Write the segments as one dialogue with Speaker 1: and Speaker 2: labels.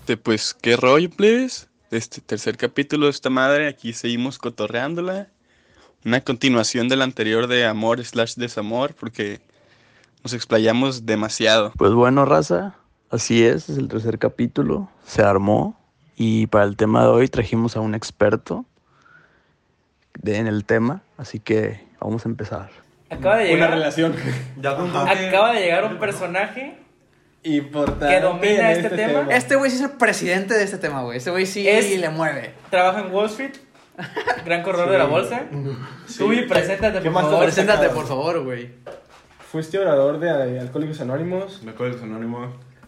Speaker 1: Este, pues, ¿qué rollo, plebes? Este tercer capítulo de esta madre, aquí seguimos cotorreándola. Una continuación del anterior de amor slash desamor, porque nos explayamos demasiado.
Speaker 2: Pues bueno, raza, así es, es el tercer capítulo, se armó y para el tema de hoy trajimos a un experto de- en el tema, así que vamos a empezar.
Speaker 3: Acaba de
Speaker 4: una
Speaker 3: llegar,
Speaker 4: relación
Speaker 5: Ya contaste.
Speaker 3: acaba de llegar un personaje.
Speaker 4: importante.
Speaker 3: Que domina
Speaker 4: en
Speaker 3: este tema.
Speaker 6: Este güey sí es el presidente de este tema, güey. Este güey sí
Speaker 3: Es-
Speaker 6: le mueve.
Speaker 3: Trabaja en Wall Street, gran corredor de la bolsa. Tubi, preséntate,
Speaker 4: ¿Qué
Speaker 3: por
Speaker 4: más
Speaker 3: favor.
Speaker 4: te ofrece?
Speaker 6: Preséntate,
Speaker 4: sacado.
Speaker 6: por favor, güey.
Speaker 4: Fuiste orador de Alcohólicos Anónimos.
Speaker 5: Me acuerdo de anónimo.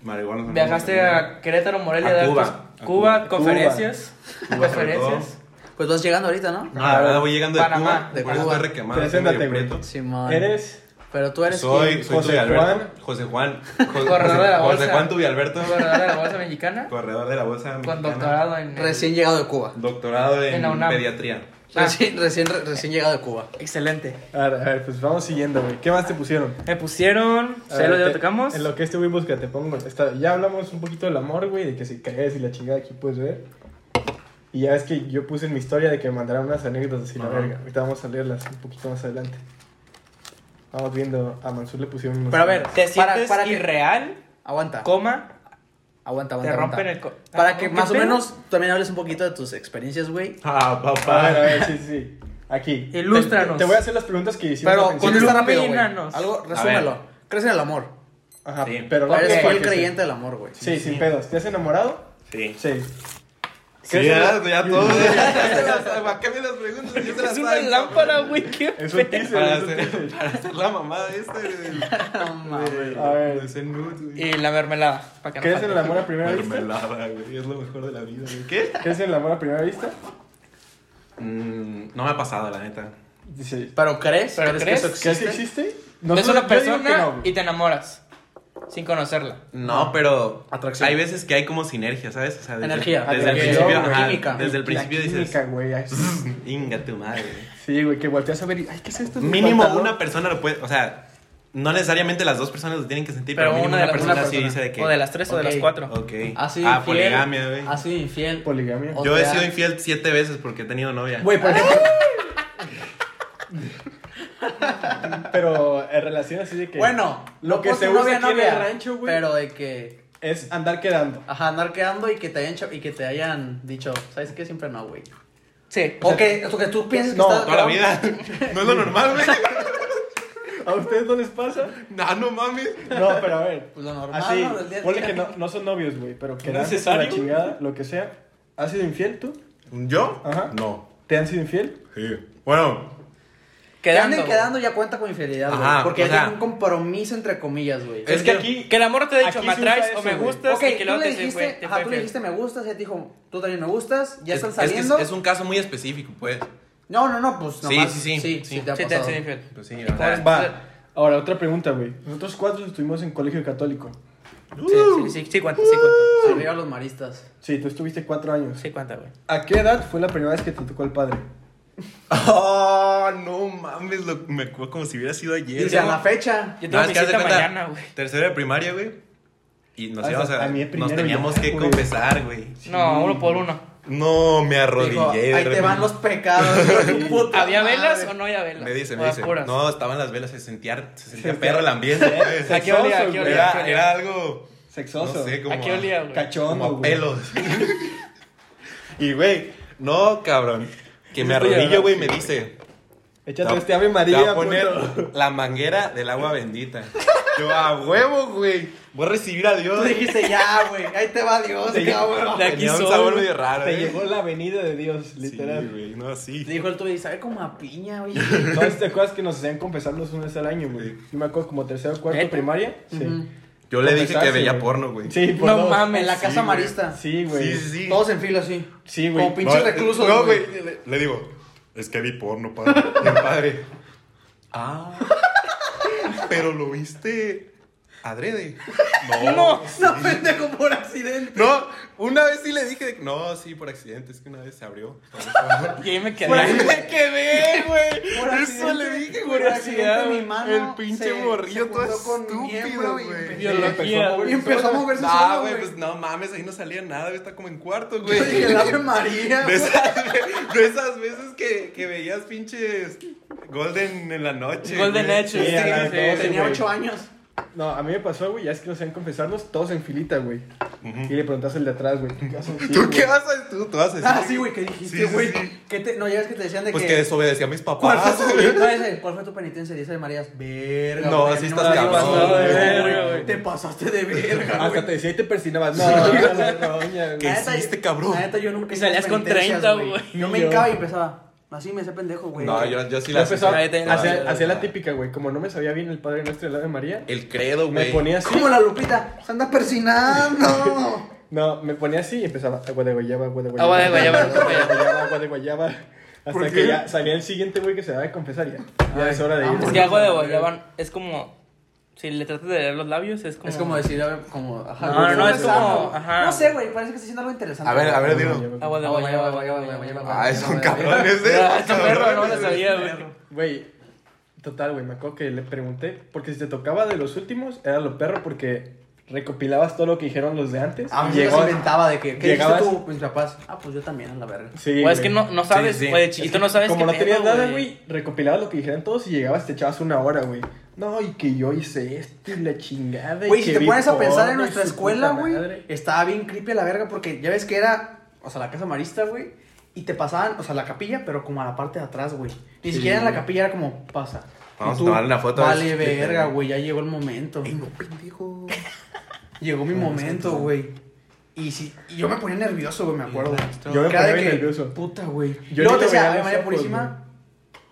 Speaker 5: Marihuana. anónimos.
Speaker 3: Viajaste a Querétaro, Morelia,
Speaker 5: A
Speaker 3: de
Speaker 5: Cuba.
Speaker 3: Altos-
Speaker 5: A
Speaker 3: Cuba,
Speaker 5: Cuba.
Speaker 3: conferencias.
Speaker 5: Cuba, sobre
Speaker 3: Conferencias.
Speaker 6: Pues vas llegando ahorita, ¿no?
Speaker 5: Ah, ahora voy llegando de
Speaker 6: Panamá,
Speaker 5: Cuba.
Speaker 6: de
Speaker 5: por eso
Speaker 6: Cuba.
Speaker 5: estoy requemado.
Speaker 4: Preséntate,
Speaker 5: estoy medio
Speaker 4: güey.
Speaker 5: prieto.
Speaker 6: Simón.
Speaker 4: Eres.
Speaker 6: Pero tú eres
Speaker 5: Soy,
Speaker 6: quién?
Speaker 5: soy
Speaker 4: José
Speaker 5: Tubi Alberto.
Speaker 4: Juan.
Speaker 5: José Juan. Jo- José,
Speaker 3: Corredor de la bolsa.
Speaker 5: José Juan Tubi Alberto.
Speaker 3: Corredor de la bolsa mexicana.
Speaker 5: Corredor de la bolsa.
Speaker 3: Con
Speaker 5: mexicana.
Speaker 3: doctorado en.
Speaker 6: recién llegado de Cuba.
Speaker 5: Doctorado en,
Speaker 3: En la UNAM.
Speaker 5: pediatría.
Speaker 3: Ah.
Speaker 6: Recién, recién, recién llegado de Cuba.
Speaker 3: Excelente.
Speaker 4: A ver, a ver, pues vamos siguiendo, güey. ¿Qué más te pusieron?
Speaker 3: Me pusieron.
Speaker 4: A
Speaker 3: ¿Se lo
Speaker 4: ver,
Speaker 3: ya
Speaker 4: te-
Speaker 3: tocamos?
Speaker 4: En lo que este güey busca, te pongo. Está- ya hablamos un poquito del amor, güey, de que si crees y la chingada aquí puedes ver. Y ya es que yo puse en mi historia de que me mandaron unas anécdotas y la
Speaker 5: Ajá.
Speaker 4: verga. Ahorita vamos a leerlas un poquito más adelante. Vamos viendo, a Mansur le pusieron unos.
Speaker 6: Pero a ver,
Speaker 3: ¿Te
Speaker 6: Para-
Speaker 3: sientes
Speaker 6: para que-
Speaker 3: irreal?
Speaker 6: Aguanta.
Speaker 3: Coma.
Speaker 6: Aguanta, aguanta.
Speaker 3: Te rompen
Speaker 6: aguanta.
Speaker 3: el. co- Ah,
Speaker 4: Ah,
Speaker 6: Para que
Speaker 3: ¿Qué
Speaker 6: más o
Speaker 3: pedo?
Speaker 6: menos también hables un poquito de tus experiencias, güey.
Speaker 5: Ah,
Speaker 4: A ver, a
Speaker 5: papá.
Speaker 4: ver, sí, sí, sí. Aquí. Te-
Speaker 3: Ilústranos.
Speaker 4: Te, voy a hacer las preguntas que hicimos al
Speaker 6: Pero
Speaker 4: principio.
Speaker 6: contesta rápido, güey.
Speaker 3: Ilumínanos.
Speaker 6: Algo, resúmelo. Crees en el amor.
Speaker 4: Ajá,
Speaker 5: Sí.
Speaker 4: pero
Speaker 6: Eres
Speaker 4: rápido,
Speaker 6: fiel
Speaker 4: porque sí.
Speaker 6: creyente del amor, güey.
Speaker 4: Sí, sin pedos. ¿Te has enamorado?
Speaker 5: Sí.
Speaker 4: Sí.
Speaker 5: Sí, ya, ya todo. ¿Para qué me las preguntas? Yo te las
Speaker 3: Es una
Speaker 5: saben,
Speaker 3: lámpara, güey. Qué
Speaker 4: Es un
Speaker 3: pedo.
Speaker 4: teaser.
Speaker 5: Para
Speaker 4: es un
Speaker 5: hacer,
Speaker 4: teaser.
Speaker 5: para hacer la mamada esta. del-
Speaker 6: No mames.
Speaker 4: A ver.
Speaker 5: de ese nude, güey.
Speaker 3: Y la mermelada. Para que no
Speaker 4: ¿Crees en el
Speaker 3: falte.
Speaker 4: amor a primera vista?
Speaker 5: Mermelada, güey, es lo mejor de la vida, güey. ¿Qué?
Speaker 4: ¿Crees en el amor a primera vista?
Speaker 5: Mm, no me ha pasado, la neta.
Speaker 4: Dice.
Speaker 6: Pero crees,
Speaker 3: ¿Pero
Speaker 6: crees,
Speaker 3: crees?
Speaker 6: que eso
Speaker 4: ¿Crees que
Speaker 6: existe?
Speaker 4: existe?
Speaker 3: Ves
Speaker 4: Nosotros-
Speaker 3: una
Speaker 4: yo digo que
Speaker 3: persona
Speaker 4: no, güey.
Speaker 3: y te enamoras. Sin conocerla.
Speaker 5: No, pero
Speaker 6: Atracción.
Speaker 5: hay veces que hay como sinergia, ¿sabes? O sea, desde,
Speaker 6: Energía.
Speaker 5: Desde el
Speaker 4: Atracción,
Speaker 5: principio,
Speaker 6: güey.
Speaker 5: ajá,
Speaker 6: Química.
Speaker 5: Desde el principio
Speaker 4: La
Speaker 5: dices, "Mm".
Speaker 4: química, güey. ay,
Speaker 5: inga tu madre.
Speaker 4: Sí, güey, que volteas a ver y. Ay, ¿qué es esto?
Speaker 5: mínimo
Speaker 4: Pantalón.
Speaker 5: una persona lo puede, o sea, no necesariamente las dos personas lo tienen que sentir,
Speaker 3: Pero
Speaker 5: pero, mínimo
Speaker 3: una
Speaker 5: una,
Speaker 3: de la-
Speaker 5: persona,
Speaker 3: una
Speaker 5: sí
Speaker 3: persona.
Speaker 5: dice de que...
Speaker 3: O de las tres o de
Speaker 6: Ok.
Speaker 3: las cuatro.
Speaker 5: Ok.
Speaker 6: Ha sido
Speaker 5: ah,
Speaker 6: infiel,
Speaker 5: poligamia, güey.
Speaker 6: Ha sido infiel.
Speaker 4: Poligamia.
Speaker 6: O
Speaker 5: Yo he
Speaker 6: sea-
Speaker 5: sido infiel siete veces porque he tenido novia.
Speaker 4: Güey,
Speaker 6: Ah,
Speaker 4: por ejemplo. pero en relación así de que.
Speaker 6: Bueno,
Speaker 4: Lo
Speaker 6: no
Speaker 4: que
Speaker 6: con
Speaker 4: se
Speaker 6: tu
Speaker 4: usa
Speaker 6: novia,
Speaker 4: aquí en el
Speaker 6: novia,
Speaker 4: rancho, güey.
Speaker 6: Pero de que,
Speaker 4: Es andar quedando.
Speaker 6: ajá, andar quedando y que te hayan, cho- y que te hayan dicho, ¿sabes qué? Siempre no, güey.
Speaker 3: Sí.
Speaker 6: O que, o que tú pienses que
Speaker 4: no,
Speaker 6: está-
Speaker 5: Toda la vida. No es lo normal, güey.
Speaker 4: ¿A ustedes no les pasa?
Speaker 5: No, Ah, no mames.
Speaker 4: No, pero a ver.
Speaker 6: Pues lo normal,
Speaker 4: Así,
Speaker 6: ¿no? Del día a
Speaker 4: ponle
Speaker 6: día.
Speaker 4: que no, no son novios, güey, pero que
Speaker 5: ¿Necesario?
Speaker 4: la chingada, lo que sea. ¿Has sido infiel tú?
Speaker 5: ¿Yo?
Speaker 4: Ajá.
Speaker 5: No.
Speaker 4: ¿Te han sido infiel?
Speaker 5: Sí. Bueno,
Speaker 6: Que
Speaker 3: Quedando.
Speaker 6: anden quedando ya cuenta con infidelidad, güey.
Speaker 5: Ajá,
Speaker 6: porque
Speaker 5: o
Speaker 6: hay
Speaker 5: sea-
Speaker 6: un compromiso entre comillas, güey.
Speaker 5: Es que aquí-
Speaker 3: Que el amor te ha dicho,
Speaker 4: Aquí
Speaker 3: me
Speaker 4: se usa
Speaker 3: atraes
Speaker 4: eso,
Speaker 3: o me
Speaker 4: güey.
Speaker 3: gustas.
Speaker 6: Ok,
Speaker 3: y que
Speaker 6: tú
Speaker 3: luego
Speaker 6: le
Speaker 3: te se fue-
Speaker 6: dijiste,
Speaker 3: te
Speaker 6: ajá,
Speaker 3: fue
Speaker 6: tú le
Speaker 3: fiel.
Speaker 6: dijiste me gustas, ella te dijo, tú también me gustas, ya
Speaker 5: es-
Speaker 6: están
Speaker 5: es que
Speaker 6: saliendo.
Speaker 5: Es, es un caso muy específico, pues.
Speaker 6: No, no, no, pues
Speaker 5: Sí,
Speaker 6: nomás.
Speaker 5: sí,
Speaker 6: Sí,
Speaker 5: sí, sí.
Speaker 6: sí, te ha
Speaker 3: Sí, te ha
Speaker 6: pasado.
Speaker 3: sido infiel.
Speaker 5: Pues sí, o sea,
Speaker 3: Ahora,
Speaker 4: Va. Ahora, otra pregunta, güey. Nosotros cuatro estuvimos en colegio católico.
Speaker 3: Sí, sí, sí, sí, cuenta, sí, cuenta.
Speaker 6: Arriba los maristas.
Speaker 4: Sí, tú estuviste cuatro años.
Speaker 3: Sí, cuenta, güey.
Speaker 4: ¿A qué edad fue la primera vez que te tocó el padre?
Speaker 5: Oh, no mames, lo- me acuerdo como si hubiera sido ayer.
Speaker 6: Dice, a la fecha.
Speaker 3: Yo
Speaker 5: No,
Speaker 3: tengo
Speaker 5: es
Speaker 3: mi
Speaker 5: que haz de
Speaker 3: cita
Speaker 5: cuenta,
Speaker 3: mañana, güey.
Speaker 5: Tercero de primaria, güey. Y nos
Speaker 4: Ah,
Speaker 5: íbamos a,
Speaker 4: a mí
Speaker 5: nos
Speaker 4: primero
Speaker 5: teníamos
Speaker 4: ya,
Speaker 5: que
Speaker 4: güey.
Speaker 5: confesar, güey.
Speaker 3: No, uno por uno.
Speaker 5: No, me arrodillé.
Speaker 6: Dijo,
Speaker 5: de
Speaker 6: ahí te
Speaker 5: repente.
Speaker 6: van los pecados. puta
Speaker 3: ¿Había
Speaker 6: madre.
Speaker 3: velas o no había velas?
Speaker 5: Me dice,
Speaker 3: ¿O
Speaker 5: me
Speaker 3: a
Speaker 5: dice.
Speaker 3: puras? ¿Eh?
Speaker 5: No, estaban las velas, se sentía, se sentía perro el ambiente. güey.
Speaker 3: ¿A qué olía? ¿A qué
Speaker 4: güey.
Speaker 3: olía? ¿A qué
Speaker 5: Era,
Speaker 3: olía?
Speaker 5: era algo.
Speaker 4: Sexoso.
Speaker 5: No sé, como
Speaker 3: ¿A qué olía, güey?
Speaker 4: Cachondo,
Speaker 5: Como a
Speaker 4: güey.
Speaker 5: pelos. y, güey, no, cabrón. Que me
Speaker 4: Estoy
Speaker 5: arrodillo,
Speaker 4: llorando,
Speaker 5: güey, me dice.
Speaker 4: Échate
Speaker 5: Te va-
Speaker 4: este Ave
Speaker 5: Te
Speaker 4: María.
Speaker 5: voy a poner
Speaker 4: puto.
Speaker 5: la manguera del agua bendita. Yo, a huevo, güey. Voy a recibir a
Speaker 6: Tú
Speaker 5: Dios.
Speaker 6: dijiste, ya, güey, ahí te va Dios, cabrón.
Speaker 3: De aquí
Speaker 5: Tenía un
Speaker 3: soy,
Speaker 5: sabor
Speaker 3: güey.
Speaker 5: medio raro,
Speaker 4: Te
Speaker 5: eh.
Speaker 4: llegó la venida de Dios,
Speaker 5: Sí,
Speaker 4: literal.
Speaker 5: güey, no, sí.
Speaker 6: Dijo el tuyo, y sabe como a piña, güey.
Speaker 4: Entonces, ¿te acuerdas que nos hacían confesarnos una vez al año, güey? Yo me acuerdo como tercero o cuarto
Speaker 3: ¿Neta?
Speaker 4: primaria. Sí.
Speaker 6: Ujú.
Speaker 5: Yo le dije que
Speaker 4: Confesarse,
Speaker 5: veía
Speaker 4: güey.
Speaker 5: porno, güey.
Speaker 4: Sí, por
Speaker 3: No
Speaker 4: dos.
Speaker 3: mames.
Speaker 6: En la casa
Speaker 5: güey.
Speaker 6: marista.
Speaker 4: Sí, güey.
Speaker 5: sí, sí.
Speaker 6: Todos en fila así.
Speaker 4: Sí, güey.
Speaker 6: Como pinches
Speaker 5: No, eh,
Speaker 6: reclusos,
Speaker 5: No,
Speaker 6: güey.
Speaker 5: güey. Le, le digo, es que vi porno, padre. Mi padre. Ah. Pero lo viste adrede.
Speaker 3: No.
Speaker 6: No, pendejo, por accidente.
Speaker 5: No, una vez sí le dije, de que- no, sí, por accidente, es que una vez se abrió.
Speaker 3: Y ahí me
Speaker 5: Por ahí
Speaker 3: quedé.
Speaker 5: me quedé, güey.
Speaker 6: Por
Speaker 5: Eso
Speaker 6: accidente.
Speaker 5: le dije, ah,
Speaker 6: Por
Speaker 7: curiosidad,
Speaker 6: mi mano.
Speaker 5: el pinche
Speaker 6: se-
Speaker 5: morrillo
Speaker 6: se
Speaker 5: todo
Speaker 6: juntó con
Speaker 5: estúpido,
Speaker 6: miembro, güey.
Speaker 5: güey.
Speaker 6: empecé-
Speaker 7: Biología,
Speaker 6: Y empezó a moverse
Speaker 5: Nah,
Speaker 6: solo,
Speaker 5: güey,
Speaker 6: güey.
Speaker 5: pues no mames, ahí no salía nada, güey, está como en cuarto, güey.
Speaker 6: Yo dije, el Ave María,
Speaker 5: De
Speaker 6: güey.
Speaker 5: esas, de esas veces que, que veías pinches Golden en la noche.
Speaker 7: Golden
Speaker 5: güey.
Speaker 7: Edge,
Speaker 4: Sí, a las
Speaker 7: sí,
Speaker 4: doce,
Speaker 7: sí.
Speaker 6: Tenía
Speaker 4: güey.
Speaker 6: ocho años.
Speaker 4: No, a mí me pasó, güey, ya es que nos iban a confesarnos todos en filita, güey.
Speaker 5: Ujú.
Speaker 4: Y le preguntas al de atrás, güey, ¿qué haces? Sí,
Speaker 5: ¿Tú qué
Speaker 4: güey.
Speaker 5: vas a, tú, tú vas a decir?
Speaker 6: Ah, sí, güey, ¿qué dijiste,
Speaker 5: Sí, sí,
Speaker 6: güey?
Speaker 5: sí.
Speaker 6: ¿Qué te- No, ya ves que te decían de
Speaker 5: Pues que
Speaker 6: que...
Speaker 5: desobedecí a mis
Speaker 6: ¿Cuál
Speaker 5: papás.
Speaker 6: fue, tu... no, ese, ¿Cuál fue tu penitencia? Dice de Marías, verga.
Speaker 5: No,
Speaker 6: güey,
Speaker 5: sí
Speaker 6: no
Speaker 5: estás
Speaker 6: la llevas,
Speaker 5: cabrón,
Speaker 6: güey.
Speaker 7: verga, güey.
Speaker 6: Te pasaste de verga,
Speaker 4: Hasta
Speaker 6: güey.
Speaker 4: te decía y te persinabas. No, no, no, no, doña, güey.
Speaker 5: ¿Qué hiciste, este cabrón?
Speaker 6: La neta, yo nunca
Speaker 7: Y
Speaker 6: hice
Speaker 7: salías con
Speaker 6: penitencias,
Speaker 7: 30, güey.
Speaker 6: Yo me
Speaker 4: Yo.
Speaker 6: hincaba y empezaba. Así me hacía pendejo, güey.
Speaker 5: No, yo, yo sí
Speaker 4: Yo
Speaker 5: la
Speaker 4: empezaba,
Speaker 7: Ahí tenía la-
Speaker 4: hacía, hacía la típica, güey, como no me sabía bien el Padre Nuestro y el Ave María,
Speaker 5: El credo,
Speaker 4: me
Speaker 5: güey.
Speaker 4: ponía así.
Speaker 6: Como la Lupita, se anda persinando.
Speaker 4: No, me ponía así y empezaba agua de guayaba, agua de guayaba.
Speaker 7: Agua de guayaba, agua de
Speaker 4: agua de guayaba, agua de guayaba. Hasta que
Speaker 5: qué?
Speaker 4: ya salía el siguiente güey que se daba a confesar ya. Ya
Speaker 6: Ay,
Speaker 4: es hora de
Speaker 6: vamos.
Speaker 4: ir.
Speaker 7: Es que agua de guayaba es como. Si le tratas de leer los labios, es como.
Speaker 6: Es como decir, a ver, como. Ajá,
Speaker 7: No,
Speaker 6: güey,
Speaker 7: no, no, es
Speaker 6: empezando.
Speaker 7: como- ajá.
Speaker 6: No sé, güey, parece que está haciendo algo interesante.
Speaker 5: A ver, a ver,
Speaker 4: Guayaba,
Speaker 5: dilo.
Speaker 7: Agua de
Speaker 6: Ah,
Speaker 7: guayaba,
Speaker 6: guayaba, guayaba, guayaba, guayaba.
Speaker 5: Ah, son cabrones, eh.
Speaker 7: Ah, este perro, no lo
Speaker 5: Cabrones,
Speaker 7: sabía,
Speaker 5: güey.
Speaker 7: güey.
Speaker 4: Güey, total, güey, me acuerdo que le pregunté, porque si te tocaba de los últimos, era lo perro porque recopilabas todo lo que dijeron los de antes.
Speaker 6: A mí
Speaker 4: y
Speaker 6: Ah, se
Speaker 4: llegó-
Speaker 6: se inventaba de que. ¿Qué
Speaker 4: llegabas-
Speaker 6: dijiste tú, mis papás? Ah, pues yo también, a la verga.
Speaker 4: Sí,
Speaker 7: O es que
Speaker 4: güey.
Speaker 7: no, no sabes,
Speaker 5: Sí, sí.
Speaker 7: güey, de chiquito no sabes
Speaker 4: Como no
Speaker 7: qué
Speaker 4: tenías
Speaker 7: pedo,
Speaker 4: nada, güey, recopilabas lo que dijeron todos y llegabas, te echabas una hora, güey. No, y que yo hice esto y la chingada. y
Speaker 6: Güey, si
Speaker 4: que
Speaker 6: te
Speaker 4: vi
Speaker 6: pones a pensar
Speaker 4: porno
Speaker 6: en
Speaker 4: y
Speaker 6: nuestra
Speaker 4: su
Speaker 6: escuela,
Speaker 4: puta
Speaker 6: güey,
Speaker 4: madre.
Speaker 6: estaba bien creepy a la verga porque ya ves que era, o sea, la casa marista, güey, y te pasaban, o sea, la capilla, pero como a la parte de atrás, güey. Ni siquiera en la capilla era como, pasa.
Speaker 5: Vamos
Speaker 6: Y
Speaker 5: a tomarle una foto, a ver
Speaker 6: Vale,
Speaker 5: si-
Speaker 6: verga, güey, ya llegó el momento.
Speaker 5: pendejo.
Speaker 6: Llegó mi momento, güey. Y, si, y yo me ponía nervioso, güey, me acuerdo.
Speaker 4: Yo me
Speaker 6: Cada
Speaker 4: ponía
Speaker 6: vez
Speaker 4: bien
Speaker 6: que,
Speaker 4: nervioso.
Speaker 6: Puta, güey.
Speaker 4: Yo
Speaker 6: Luego
Speaker 4: ni
Speaker 6: te
Speaker 4: lo veía
Speaker 6: decía,
Speaker 4: en
Speaker 6: Ave
Speaker 4: los
Speaker 6: María
Speaker 4: ojos,
Speaker 6: Purísima.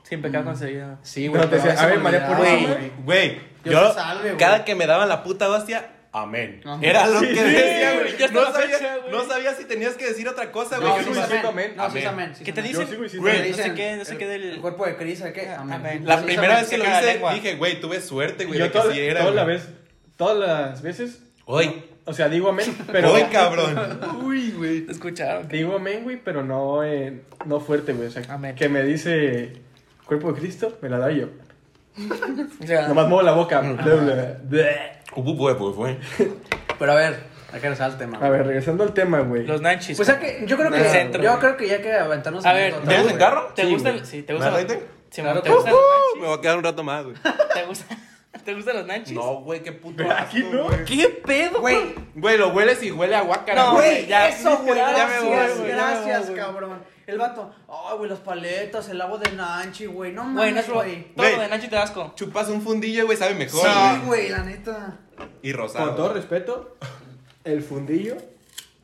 Speaker 7: Sin pecado conseguido.
Speaker 6: Sí,
Speaker 4: Pero te
Speaker 6: pero a
Speaker 4: decía,
Speaker 6: veces
Speaker 4: "Ave María
Speaker 6: me olvidaba,
Speaker 4: Purísima".
Speaker 6: güey.
Speaker 5: Güey,
Speaker 6: Dios
Speaker 5: yo
Speaker 6: te salve, güey.
Speaker 5: cada que me daban la puta hostia, amén.
Speaker 6: Ajá.
Speaker 5: Era lo que decía,
Speaker 7: güey, ya
Speaker 5: güey.
Speaker 7: hasta
Speaker 5: No
Speaker 7: la
Speaker 5: sabía,
Speaker 7: fecha, güey.
Speaker 5: no sabía si tenías que decir otra cosa, güey.
Speaker 6: No,
Speaker 5: Yo
Speaker 6: sí
Speaker 5: no
Speaker 6: es
Speaker 5: sabía.
Speaker 4: siento
Speaker 6: amén. No, sí es
Speaker 5: Amén.
Speaker 6: amén. sí es
Speaker 7: ¿Qué te
Speaker 6: amén.
Speaker 4: Yo
Speaker 7: dicen?
Speaker 4: sigo diciendo,
Speaker 7: Güey,
Speaker 6: Te
Speaker 7: no sé
Speaker 6: dicen,
Speaker 7: qué, no sé
Speaker 6: el-
Speaker 7: qué del.
Speaker 6: El cuerpo de Cris, Ah, ¿a qué? Amén.
Speaker 7: amén.
Speaker 5: La
Speaker 6: Sí,
Speaker 5: primera
Speaker 6: amén.
Speaker 5: vez que lo
Speaker 7: Saca la
Speaker 5: hice,
Speaker 7: lengua.
Speaker 5: dije, güey, tuve suerte, güey,
Speaker 4: yo
Speaker 5: de que
Speaker 4: toda-
Speaker 5: sí era.
Speaker 4: todas las
Speaker 5: güey.
Speaker 4: veces, todas las veces,
Speaker 5: Hoy,
Speaker 4: o sea, digo amén, pero
Speaker 5: hoy, cabrón. Uy, güey.
Speaker 7: ¿Te escucharon?
Speaker 4: digo amén, güey, pero no, eh, no fuerte, güey, o sea,
Speaker 7: Amén.
Speaker 4: que me dice cuerpo de Cristo, me la da yo.
Speaker 7: O sea,
Speaker 4: Nomás muevo la boca. Bla, bla, bla.
Speaker 5: Hubo huevo, güey.
Speaker 6: Pero a ver, ¿a qué resalta el tema?
Speaker 4: A ver, regresando al tema, güey.
Speaker 7: los nachis.
Speaker 6: Pues ya que, yo creo
Speaker 7: Del
Speaker 6: que,
Speaker 7: centro,
Speaker 6: yo
Speaker 7: güey.
Speaker 6: creo que ya que aventarnos
Speaker 7: A ver,
Speaker 6: anécdotas,
Speaker 5: ¿tienes
Speaker 6: güey.
Speaker 5: un carro?
Speaker 7: ¿Te
Speaker 4: Sí,
Speaker 7: gustan?
Speaker 4: güey.
Speaker 7: Sí, te gustan.
Speaker 5: ¿Me arreglé?
Speaker 7: Sí,
Speaker 6: Claro
Speaker 7: ¿Te
Speaker 6: que
Speaker 7: gustan los
Speaker 5: Me voy a quedar un rato más, güey.
Speaker 7: nachis? ¿Te gustan? ¿Te gustan los nachis?
Speaker 5: No, güey, qué puto
Speaker 4: Aquí
Speaker 5: asco,
Speaker 4: no.
Speaker 5: güey.
Speaker 7: ¿Qué pedo,
Speaker 6: Güey,
Speaker 5: Güey, lo hueles y huele a guácara.
Speaker 7: No,
Speaker 6: güey,
Speaker 7: ya,
Speaker 6: eso, güey,
Speaker 7: literal,
Speaker 6: gracias,
Speaker 7: ya me voy, güey, ya me voy,
Speaker 6: gracias,
Speaker 7: güey.
Speaker 6: cabrón. El vato, ay, güey, las paletas, el agua de Nanchi, güey, no
Speaker 7: Güey, no
Speaker 6: mames,
Speaker 7: es lo-
Speaker 6: güey.
Speaker 7: Todo
Speaker 5: Güey.
Speaker 7: lo de Nachi te da asco.
Speaker 5: Chupas un fundillo, güey, sabe mejor.
Speaker 6: Sí,
Speaker 5: güey.
Speaker 6: güey, la neta.
Speaker 5: Y rosado.
Speaker 4: Con todo respeto, el fundillo.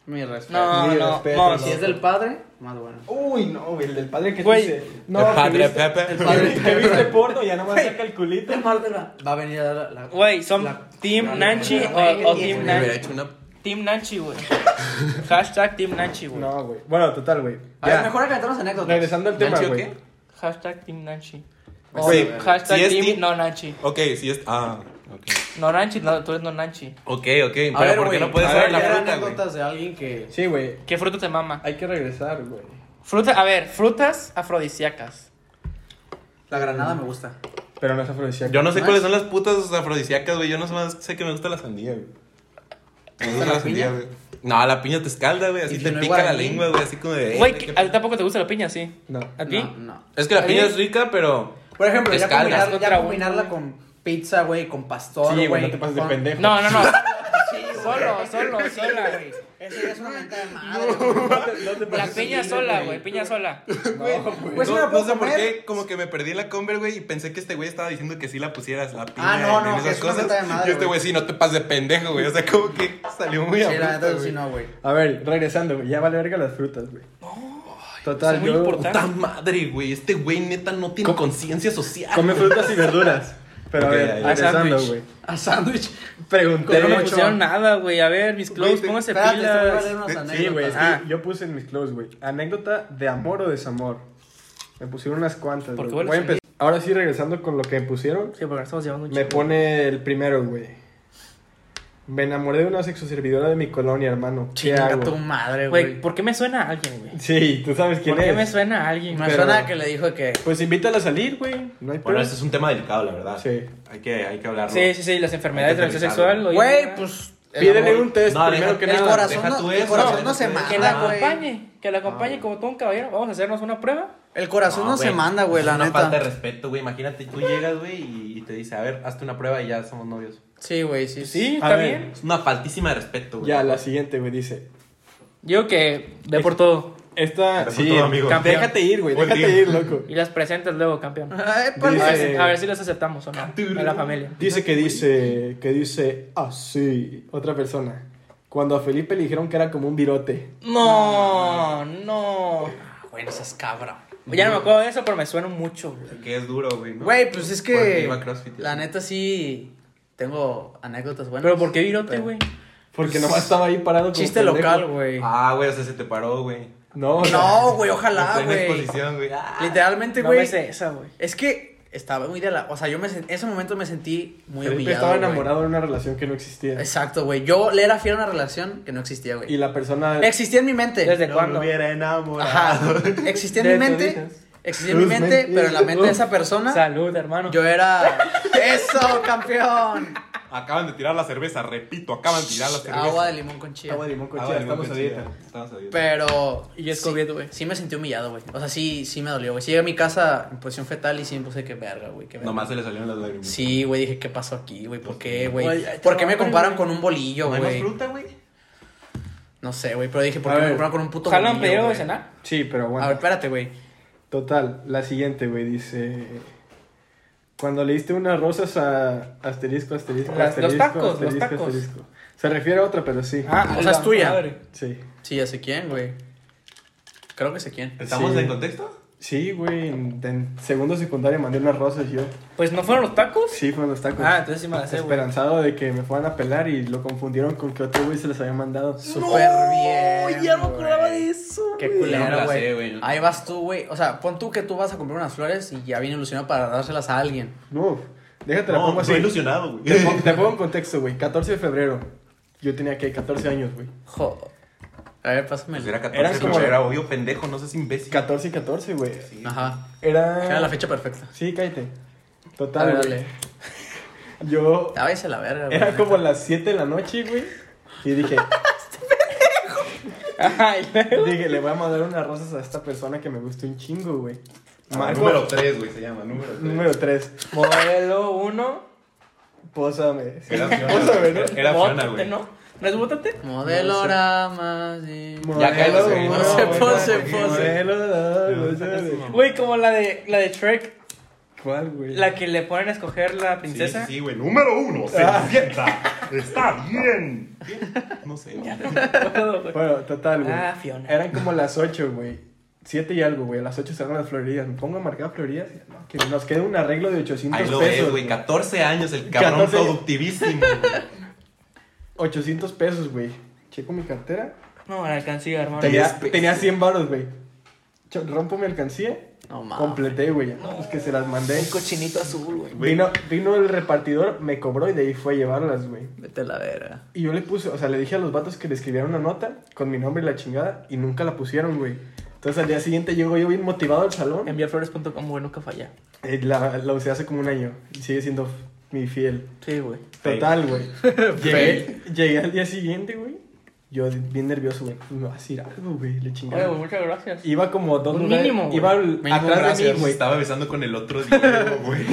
Speaker 6: Mi respeto.
Speaker 7: No,
Speaker 4: Ni
Speaker 7: no,
Speaker 4: respeto,
Speaker 7: no.
Speaker 4: no.
Speaker 6: Si es del padre, más bueno.
Speaker 4: Uy, no, güey, el del padre que
Speaker 7: Güey.
Speaker 4: dice. No,
Speaker 5: El
Speaker 4: que
Speaker 5: padre
Speaker 4: viste-
Speaker 5: Pepe.
Speaker 4: El padre que viste porno, ya nomás
Speaker 6: Güey.
Speaker 4: saca el culito.
Speaker 6: El padre va va a venir a dar la... la-
Speaker 7: Güey, son
Speaker 6: la-
Speaker 7: Team
Speaker 6: la-
Speaker 7: Nanchi
Speaker 6: la-
Speaker 7: o- o
Speaker 6: la-
Speaker 7: Team
Speaker 5: Me
Speaker 7: Nanchi.
Speaker 5: hubiera hecho una
Speaker 7: Team Nachi, güey. Hashtag Team Nachi, güey.
Speaker 4: No, güey. Bueno, total, güey.
Speaker 6: A ver,
Speaker 4: Ya.
Speaker 6: mejor aventarnos anécdotas.
Speaker 4: Regresando al tema,
Speaker 5: ¿Nanchi o
Speaker 4: güey.
Speaker 5: qué?
Speaker 7: Hashtag Team Nachi.
Speaker 5: Sí,
Speaker 7: Hashtag
Speaker 5: si es
Speaker 7: Team
Speaker 5: team-
Speaker 7: No Nachi.
Speaker 5: Ok, si es. Ah, ok.
Speaker 7: No Nachi, no, tú eres No Nachi.
Speaker 5: Ok, ok.
Speaker 6: A
Speaker 5: Pero
Speaker 6: ver,
Speaker 5: ¿por qué
Speaker 6: güey,
Speaker 5: no puede
Speaker 6: a
Speaker 5: ser
Speaker 6: ver,
Speaker 5: la
Speaker 6: ya
Speaker 5: fruta, güey?
Speaker 6: anécdotas de alguien que...
Speaker 4: Sí, güey.
Speaker 7: ¿Qué fruta te mama?
Speaker 4: Hay que regresar, güey.
Speaker 7: Fruta, a ver, frutas afrodisíacas.
Speaker 6: La granada me gusta.
Speaker 4: Pero no es afrodisíaco.
Speaker 5: Yo no sé
Speaker 6: ¿Más?
Speaker 5: cuáles son las putas afrodisíacas, güey. Yo no más sé que me gusta la sandía, güey. Me gusta
Speaker 6: la
Speaker 5: la sandía,
Speaker 6: piña?
Speaker 5: güey. No, la piña te escalda, güey. Así
Speaker 6: Y si
Speaker 5: te
Speaker 6: no hay
Speaker 5: pica la
Speaker 6: guaraní.
Speaker 5: lengua, güey. Así como de.
Speaker 7: Güey,
Speaker 5: eh,
Speaker 7: ¿qué-
Speaker 5: qué
Speaker 7: ¿a ti
Speaker 5: p-
Speaker 7: tampoco te gusta la piña, sí?
Speaker 4: No.
Speaker 7: ¿A ti?
Speaker 6: No, no.
Speaker 5: Es que la
Speaker 7: ¿A
Speaker 5: piña
Speaker 7: mí?
Speaker 5: es rica, pero.
Speaker 6: Por ejemplo,
Speaker 5: Te
Speaker 6: ya,
Speaker 5: escaldas
Speaker 6: combinar-
Speaker 7: contra
Speaker 6: ya
Speaker 7: un-
Speaker 6: combinarla con pizza, güey, con pastor,
Speaker 4: Sí,
Speaker 6: güey.
Speaker 4: güey, no te pases de
Speaker 6: con-
Speaker 4: pendejo.
Speaker 7: No, no, no.
Speaker 6: Sí, güey.
Speaker 7: Solo, solo,
Speaker 6: Sí,
Speaker 7: sola,
Speaker 6: güey.
Speaker 7: güey.
Speaker 6: Eso ya es una mentada de madre, güey.
Speaker 7: La piña sola, güey, piña sola.
Speaker 6: Pues sí
Speaker 5: no,
Speaker 6: me la
Speaker 5: no
Speaker 6: puedo
Speaker 5: sé por
Speaker 6: comer.
Speaker 5: qué, como que me perdí en la Conver, güey, y pensé que este güey estaba diciendo que sí la pusieras la piña
Speaker 6: Ah, no,
Speaker 5: en-
Speaker 6: no,
Speaker 5: en
Speaker 6: que
Speaker 5: esas
Speaker 6: es una
Speaker 5: cosas.
Speaker 6: mentada de madre,
Speaker 5: y este
Speaker 6: güey.
Speaker 5: güey sí, no te pases de pendejo, güey. O sea, como que salió muy
Speaker 6: Sí, la
Speaker 5: abrupto,
Speaker 6: neta, sí,
Speaker 5: güey.
Speaker 6: no, güey.
Speaker 4: A ver, regresando, güey. Ya vale verga las frutas, güey. Total,
Speaker 7: es muy
Speaker 4: yo
Speaker 7: importante.
Speaker 5: Puta madre, güey. Este güey neta no tiene conciencia social.
Speaker 4: come frutas y verduras. Pero
Speaker 5: Ok,
Speaker 4: a
Speaker 5: ya,
Speaker 4: ver,
Speaker 5: ya.
Speaker 4: regresando,
Speaker 7: Ah,
Speaker 4: güey.
Speaker 6: A sándwich.
Speaker 4: Pregunté.
Speaker 7: No me
Speaker 6: ocho.
Speaker 7: pusieron nada, güey. A ver, mis clothes,
Speaker 5: Güey, te-
Speaker 7: pónganse
Speaker 6: Espérate, te voy a
Speaker 7: pilas.
Speaker 6: leer unas
Speaker 4: Sí, güey, es
Speaker 6: anécdotas.
Speaker 4: que
Speaker 7: Ah.
Speaker 4: yo puse en mis clothes, güey. Anécdota de amor o desamor. Me pusieron unas cuantas,
Speaker 7: ¿Por qué
Speaker 4: güey.
Speaker 7: hueles
Speaker 4: Voy a
Speaker 7: a mí?
Speaker 4: empezar- Ahora sí, regresando con lo que me pusieron,
Speaker 7: Sí, porque estamos llevando un
Speaker 4: me
Speaker 7: chingo.
Speaker 4: pone el primero, güey. Me enamoré de una sexoservidora de mi colonia, hermano. ¿Qué
Speaker 6: Chinga
Speaker 4: hago?
Speaker 6: tu madre,
Speaker 7: Güey,
Speaker 6: güey.
Speaker 7: ¿por qué me suena a alguien, güey?
Speaker 4: Sí, tú sabes quién
Speaker 7: ¿Por qué
Speaker 4: es.
Speaker 7: me suena a alguien?
Speaker 6: Me
Speaker 4: Pero-
Speaker 6: suena que le dijo que.
Speaker 4: Pues invítala a salir, güey. No hay
Speaker 5: Bueno,
Speaker 4: pedo.
Speaker 5: este es un tema delicado, la verdad.
Speaker 4: Sí.
Speaker 5: Hay que, hay que hablarlo.
Speaker 7: Sí, sí, sí, las enfermedades de
Speaker 5: Hay que
Speaker 7: transmisión sexual.
Speaker 5: analizarlo.
Speaker 7: oye,
Speaker 6: Güey,
Speaker 7: ¿verdad?
Speaker 6: pues. el
Speaker 4: Pídele
Speaker 6: amor-
Speaker 4: un test
Speaker 5: No,
Speaker 4: primero
Speaker 5: deja-
Speaker 4: que
Speaker 6: El
Speaker 4: nada.
Speaker 6: corazón,
Speaker 5: deja
Speaker 6: no,
Speaker 5: tú
Speaker 6: el
Speaker 5: eso,
Speaker 6: corazón
Speaker 5: deja
Speaker 6: no
Speaker 5: tú
Speaker 6: se
Speaker 5: eso.
Speaker 7: Que
Speaker 6: manda,
Speaker 7: la
Speaker 6: ah, güey.
Speaker 7: acompañe, que la acompañe como todo un caballero. Vamos a hacernos una prueba.
Speaker 6: El corazón no,
Speaker 5: güey,
Speaker 6: se manda, güey,
Speaker 5: es
Speaker 6: la
Speaker 5: una falta de
Speaker 6: neta.
Speaker 5: respeto, güey. Imagínate, tú llegas, güey, y- y te dice, a ver, hazte una prueba y ya somos novios.
Speaker 6: Sí, güey, sí.
Speaker 7: Sí,
Speaker 4: A
Speaker 7: está
Speaker 4: ver.
Speaker 7: bien.
Speaker 5: Es una faltísima de respeto, güey.
Speaker 4: Ya, la siguiente, güey, dice.
Speaker 7: Digo que ve por todo.
Speaker 4: Esta.
Speaker 8: Por todo, amigo.
Speaker 7: Campeón.
Speaker 4: Déjate ir, güey.
Speaker 8: Buen
Speaker 4: Déjate
Speaker 8: día.
Speaker 4: ir, loco.
Speaker 7: Y las presentas luego, campeón. A
Speaker 6: Ay, pues, pal-
Speaker 4: Dice-
Speaker 7: ver si- a ver si las aceptamos o no. A la familia.
Speaker 4: Dice que dice. Que dice. Así. Otra persona. Cuando a Felipe le dijeron que era como un virote.
Speaker 7: No, no.
Speaker 6: Ah, Güey, no seas cabrón.
Speaker 7: Ya no me acuerdo de eso, pero me suena mucho, güey.
Speaker 5: Que es duro, güey. ¿no?
Speaker 6: Güey, pues es
Speaker 5: Porque
Speaker 6: que.
Speaker 5: iba a CrossFit, ya.
Speaker 6: La neta sí. Tengo anécdotas buenas.
Speaker 7: Pero ¿por qué virote,
Speaker 6: Pero- este
Speaker 7: güey?
Speaker 4: Porque nomás estaba ahí parado como
Speaker 6: Chiste
Speaker 4: pendejo.
Speaker 6: local, güey.
Speaker 5: Ah, güey, o sea, se te paró, güey.
Speaker 4: No, no.
Speaker 6: No, güey, ojalá,
Speaker 5: En plena
Speaker 6: güey.
Speaker 5: exposición, güey. Ah.
Speaker 6: Literalmente,
Speaker 7: No
Speaker 6: güey.
Speaker 7: me sé esa, güey.
Speaker 6: Es que estaba muy de la. O sea, yo me sen- ese momento me sentí muy
Speaker 4: Felipe
Speaker 6: humillado.
Speaker 4: estaba
Speaker 6: güey.
Speaker 4: enamorado de una relación que no existía.
Speaker 6: Exacto, güey. Yo le era fiel a una relación que no existía,
Speaker 4: Y
Speaker 6: güey.
Speaker 4: la persona.
Speaker 6: Existía en mi mente.
Speaker 7: ¿Desde
Speaker 5: No
Speaker 7: cuándo?
Speaker 5: me hubiera enamorado.
Speaker 6: Ajá. Existía en mi
Speaker 4: De eso
Speaker 6: mente.
Speaker 4: dices.
Speaker 6: Existía en mi
Speaker 4: Tus
Speaker 6: mente,
Speaker 4: mentiras.
Speaker 6: pero en la mente de esa persona.
Speaker 7: Salud, hermano.
Speaker 6: Yo era. ¡Eso, campeón!
Speaker 8: Acaban de tirar la cerveza, repito, acaban de tirar la cerveza.
Speaker 6: Agua de limón con chía.
Speaker 4: Agua de limón con
Speaker 5: Ah,
Speaker 4: chía,
Speaker 5: güey,
Speaker 4: Estamos a
Speaker 5: con
Speaker 4: dieta.
Speaker 5: chía. Estamos a dieta.
Speaker 6: Pero.
Speaker 7: Y yo es
Speaker 6: sí-
Speaker 7: COVID, güey.
Speaker 6: Sí me sentí humillado, güey. O sea, sí, sí me dolió, güey. Sí llegué a mi casa en posición fetal y sí me puse que verga, güey. qué verga.
Speaker 5: Nomás se le salieron las lágrimas.
Speaker 6: Sí, güey, dije, ¿qué pasó aquí, güey? ¿Por qué, güey?
Speaker 7: Oye, ay,
Speaker 6: ¿Por qué me
Speaker 7: chaval,
Speaker 6: comparan
Speaker 7: güey.
Speaker 6: con un bolillo,
Speaker 5: ¿No hay más
Speaker 6: güey?
Speaker 5: fruta, güey?
Speaker 6: No sé, güey, pero dije, ¿por
Speaker 4: A
Speaker 6: qué me
Speaker 4: ver.
Speaker 6: comparan con un puto
Speaker 7: ¿Jalan
Speaker 6: bolillo,
Speaker 7: pedido de
Speaker 6: güey?
Speaker 7: cenar?
Speaker 4: Sí, pero
Speaker 6: A ver,
Speaker 4: bueno.
Speaker 6: espérate, güey.
Speaker 4: Total, la siguiente, güey, dice. Cuando le diste unas rosas a asterisco, asterisco,
Speaker 7: Las- los
Speaker 4: asterisco,
Speaker 7: tacos, los
Speaker 4: asterisco,
Speaker 7: tacos.
Speaker 4: asterisco. Se refiere a otra, pero sí.
Speaker 7: Ah,
Speaker 6: o sea, es tuya.
Speaker 7: madre.
Speaker 4: Sí.
Speaker 6: Sí, ya sé quién, güey. Creo que sé quién.
Speaker 5: ¿Estamos
Speaker 4: Sí.
Speaker 5: en contexto?
Speaker 4: Sí, güey, en, en segundo secundario mandé unas rosas yo.
Speaker 7: Pues no fueron los tacos.
Speaker 4: Sí, fueron los tacos.
Speaker 7: Ah, entonces sí me la sé, güey.
Speaker 4: Esperanzado de que me fueran a pelar y lo confundieron con que otro güey se les había mandado.
Speaker 6: Súper bien.
Speaker 7: ya no me
Speaker 6: güey.
Speaker 7: acordaba de eso.
Speaker 6: Qué
Speaker 7: güey.
Speaker 5: No me
Speaker 6: culero,
Speaker 5: la sé,
Speaker 6: güey.
Speaker 5: güey.
Speaker 6: Ahí vas tú, güey. O sea, pon tú que tú vas a comprar unas flores y ya viene ilusionado para dárselas a alguien.
Speaker 4: No, déjate la
Speaker 5: No,
Speaker 4: pongo así.
Speaker 5: estoy ilusionado, güey.
Speaker 4: Te pongo, te pongo en contexto, güey. 14 de febrero. Yo tenía que 14 años, güey.
Speaker 6: Jo. A ver, pásame el-
Speaker 5: Pues era 14,
Speaker 4: Eras
Speaker 5: pero
Speaker 4: como-
Speaker 5: era obvio pendejo, no seas imbécil.
Speaker 4: 14 y 14, güey.
Speaker 6: Ajá.
Speaker 4: Era.
Speaker 6: Era la fecha perfecta.
Speaker 4: Sí, cállate.
Speaker 6: A
Speaker 4: Total,
Speaker 6: ver,
Speaker 4: güey.
Speaker 6: dale.
Speaker 4: Yo.
Speaker 6: A veces la verga, güey.
Speaker 4: Era como las 7 de la noche, güey. Y dije,
Speaker 7: Ay,
Speaker 4: Este dije, le voy a mandar unas rosas a esta persona que me gusta un chingo, güey.
Speaker 5: Ah,
Speaker 4: Marco,
Speaker 5: número 3, güey, se llama, número 3.
Speaker 4: número 3.
Speaker 7: Modelo 1.
Speaker 4: Pósame.
Speaker 5: Era
Speaker 4: Pósame,
Speaker 5: Fiona,
Speaker 4: ¿no?
Speaker 5: era Fiona, güey.
Speaker 7: ¿no? ¿No es bótate?
Speaker 6: Modeloramas y...
Speaker 5: Ya cállate, güey.
Speaker 4: uno,
Speaker 5: No
Speaker 6: se
Speaker 4: güey,
Speaker 6: pose,
Speaker 4: no,
Speaker 6: pose.
Speaker 4: modelo dos, güey.
Speaker 7: Güey, como la de, la de Shrek,
Speaker 4: ¿Cuál, güey?
Speaker 7: la que le ponen a escoger la
Speaker 5: Sí,
Speaker 7: princesa.
Speaker 5: Sí, sí, güey. número-
Speaker 8: Número uno, se
Speaker 4: Ah.
Speaker 8: sienta. Está bien.
Speaker 5: No sé, güey.
Speaker 7: Todo, güey.
Speaker 4: Bueno, total, güey.
Speaker 7: Ah, Fiona.
Speaker 4: Eran como las 8, güey. 7 y algo, güey. A las 8 salieron las florerías. Me pongo a marcar florerías. no, que nos quede un arreglo de 800
Speaker 5: Ahí lo
Speaker 4: pesos.
Speaker 5: ves, güey. 14 años, el cabrón
Speaker 4: 14.
Speaker 5: productivísimo. güey.
Speaker 4: 800 pesos, güey. Checo mi cartera.
Speaker 7: No, la alcancía, hermano.
Speaker 4: Tenía,
Speaker 5: pesos.
Speaker 4: tenía 100 baros, güey. Cho- Rompo mi alcancía.
Speaker 6: No mames.
Speaker 4: Completé, güey. No, es que se las mandé.
Speaker 6: Un cochinito azul, güey.
Speaker 4: Vino, vino el repartidor, me cobró y de ahí fue a llevarlas, güey.
Speaker 6: Vete a la verga.
Speaker 4: Y yo le puse, o sea, le dije a los vatos que le escribieran una nota con mi nombre y la chingada y nunca la pusieron, güey. Entonces al día siguiente llego yo bien motivado al salón.
Speaker 7: Enviarflores.com, güey, nunca falla.
Speaker 4: Eh, La, la usé hace como un año y sigue siendo f- mi fiel.
Speaker 7: Sí, güey.
Speaker 4: Total, güey. Llegué, llegué al día siguiente, güey. Yo bien nervioso, güey. Me va a decir algo, güey. Le
Speaker 7: Oye, güey,
Speaker 4: chingada.
Speaker 7: muchas gracias.
Speaker 4: Iba como dos
Speaker 7: Un
Speaker 4: lugares.
Speaker 7: mínimo, güey.
Speaker 4: iba al-
Speaker 6: Mínimo,
Speaker 4: atrás de
Speaker 6: gracias.
Speaker 4: mí,
Speaker 5: Se
Speaker 4: güey.
Speaker 5: estaba besando con el otro Diego, güey.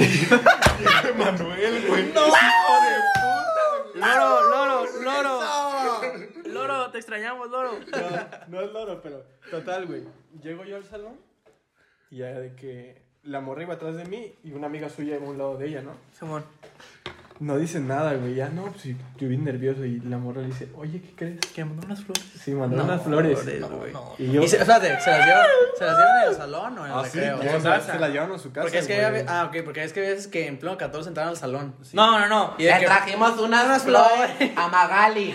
Speaker 5: Manuel, güey. No,
Speaker 7: Loro, loro, loro. Loro, te extrañamos, loro.
Speaker 4: No, no es loro, pero total, güey. Llego yo al salón y ya de que la morra iba atrás de mí y una amiga suya iba a un lado de ella, ¿no?
Speaker 7: Simón.
Speaker 4: No dice nada, güey. Ya no, pues sí, yo bien nervioso y la morra le dice, oye, ¿qué crees?
Speaker 7: Que mandó unas flores.
Speaker 4: Sí, mandó unas flores.
Speaker 6: güey.
Speaker 4: Y yo,
Speaker 6: Y se, espérate, ¿se las dieron, ¿se las dieron en el salón o en el
Speaker 5: Ah, sí,
Speaker 6: recreo?
Speaker 4: Ya,
Speaker 7: en
Speaker 4: se la-
Speaker 7: casa.
Speaker 4: se la llevaron a su casa.
Speaker 6: Porque es que
Speaker 4: güey.
Speaker 6: había, ah, ok, porque es que había veces que en pleno 14 entraron al salón.
Speaker 7: No, no, no.
Speaker 6: Y de que-
Speaker 5: unas
Speaker 6: flores
Speaker 5: a Magali.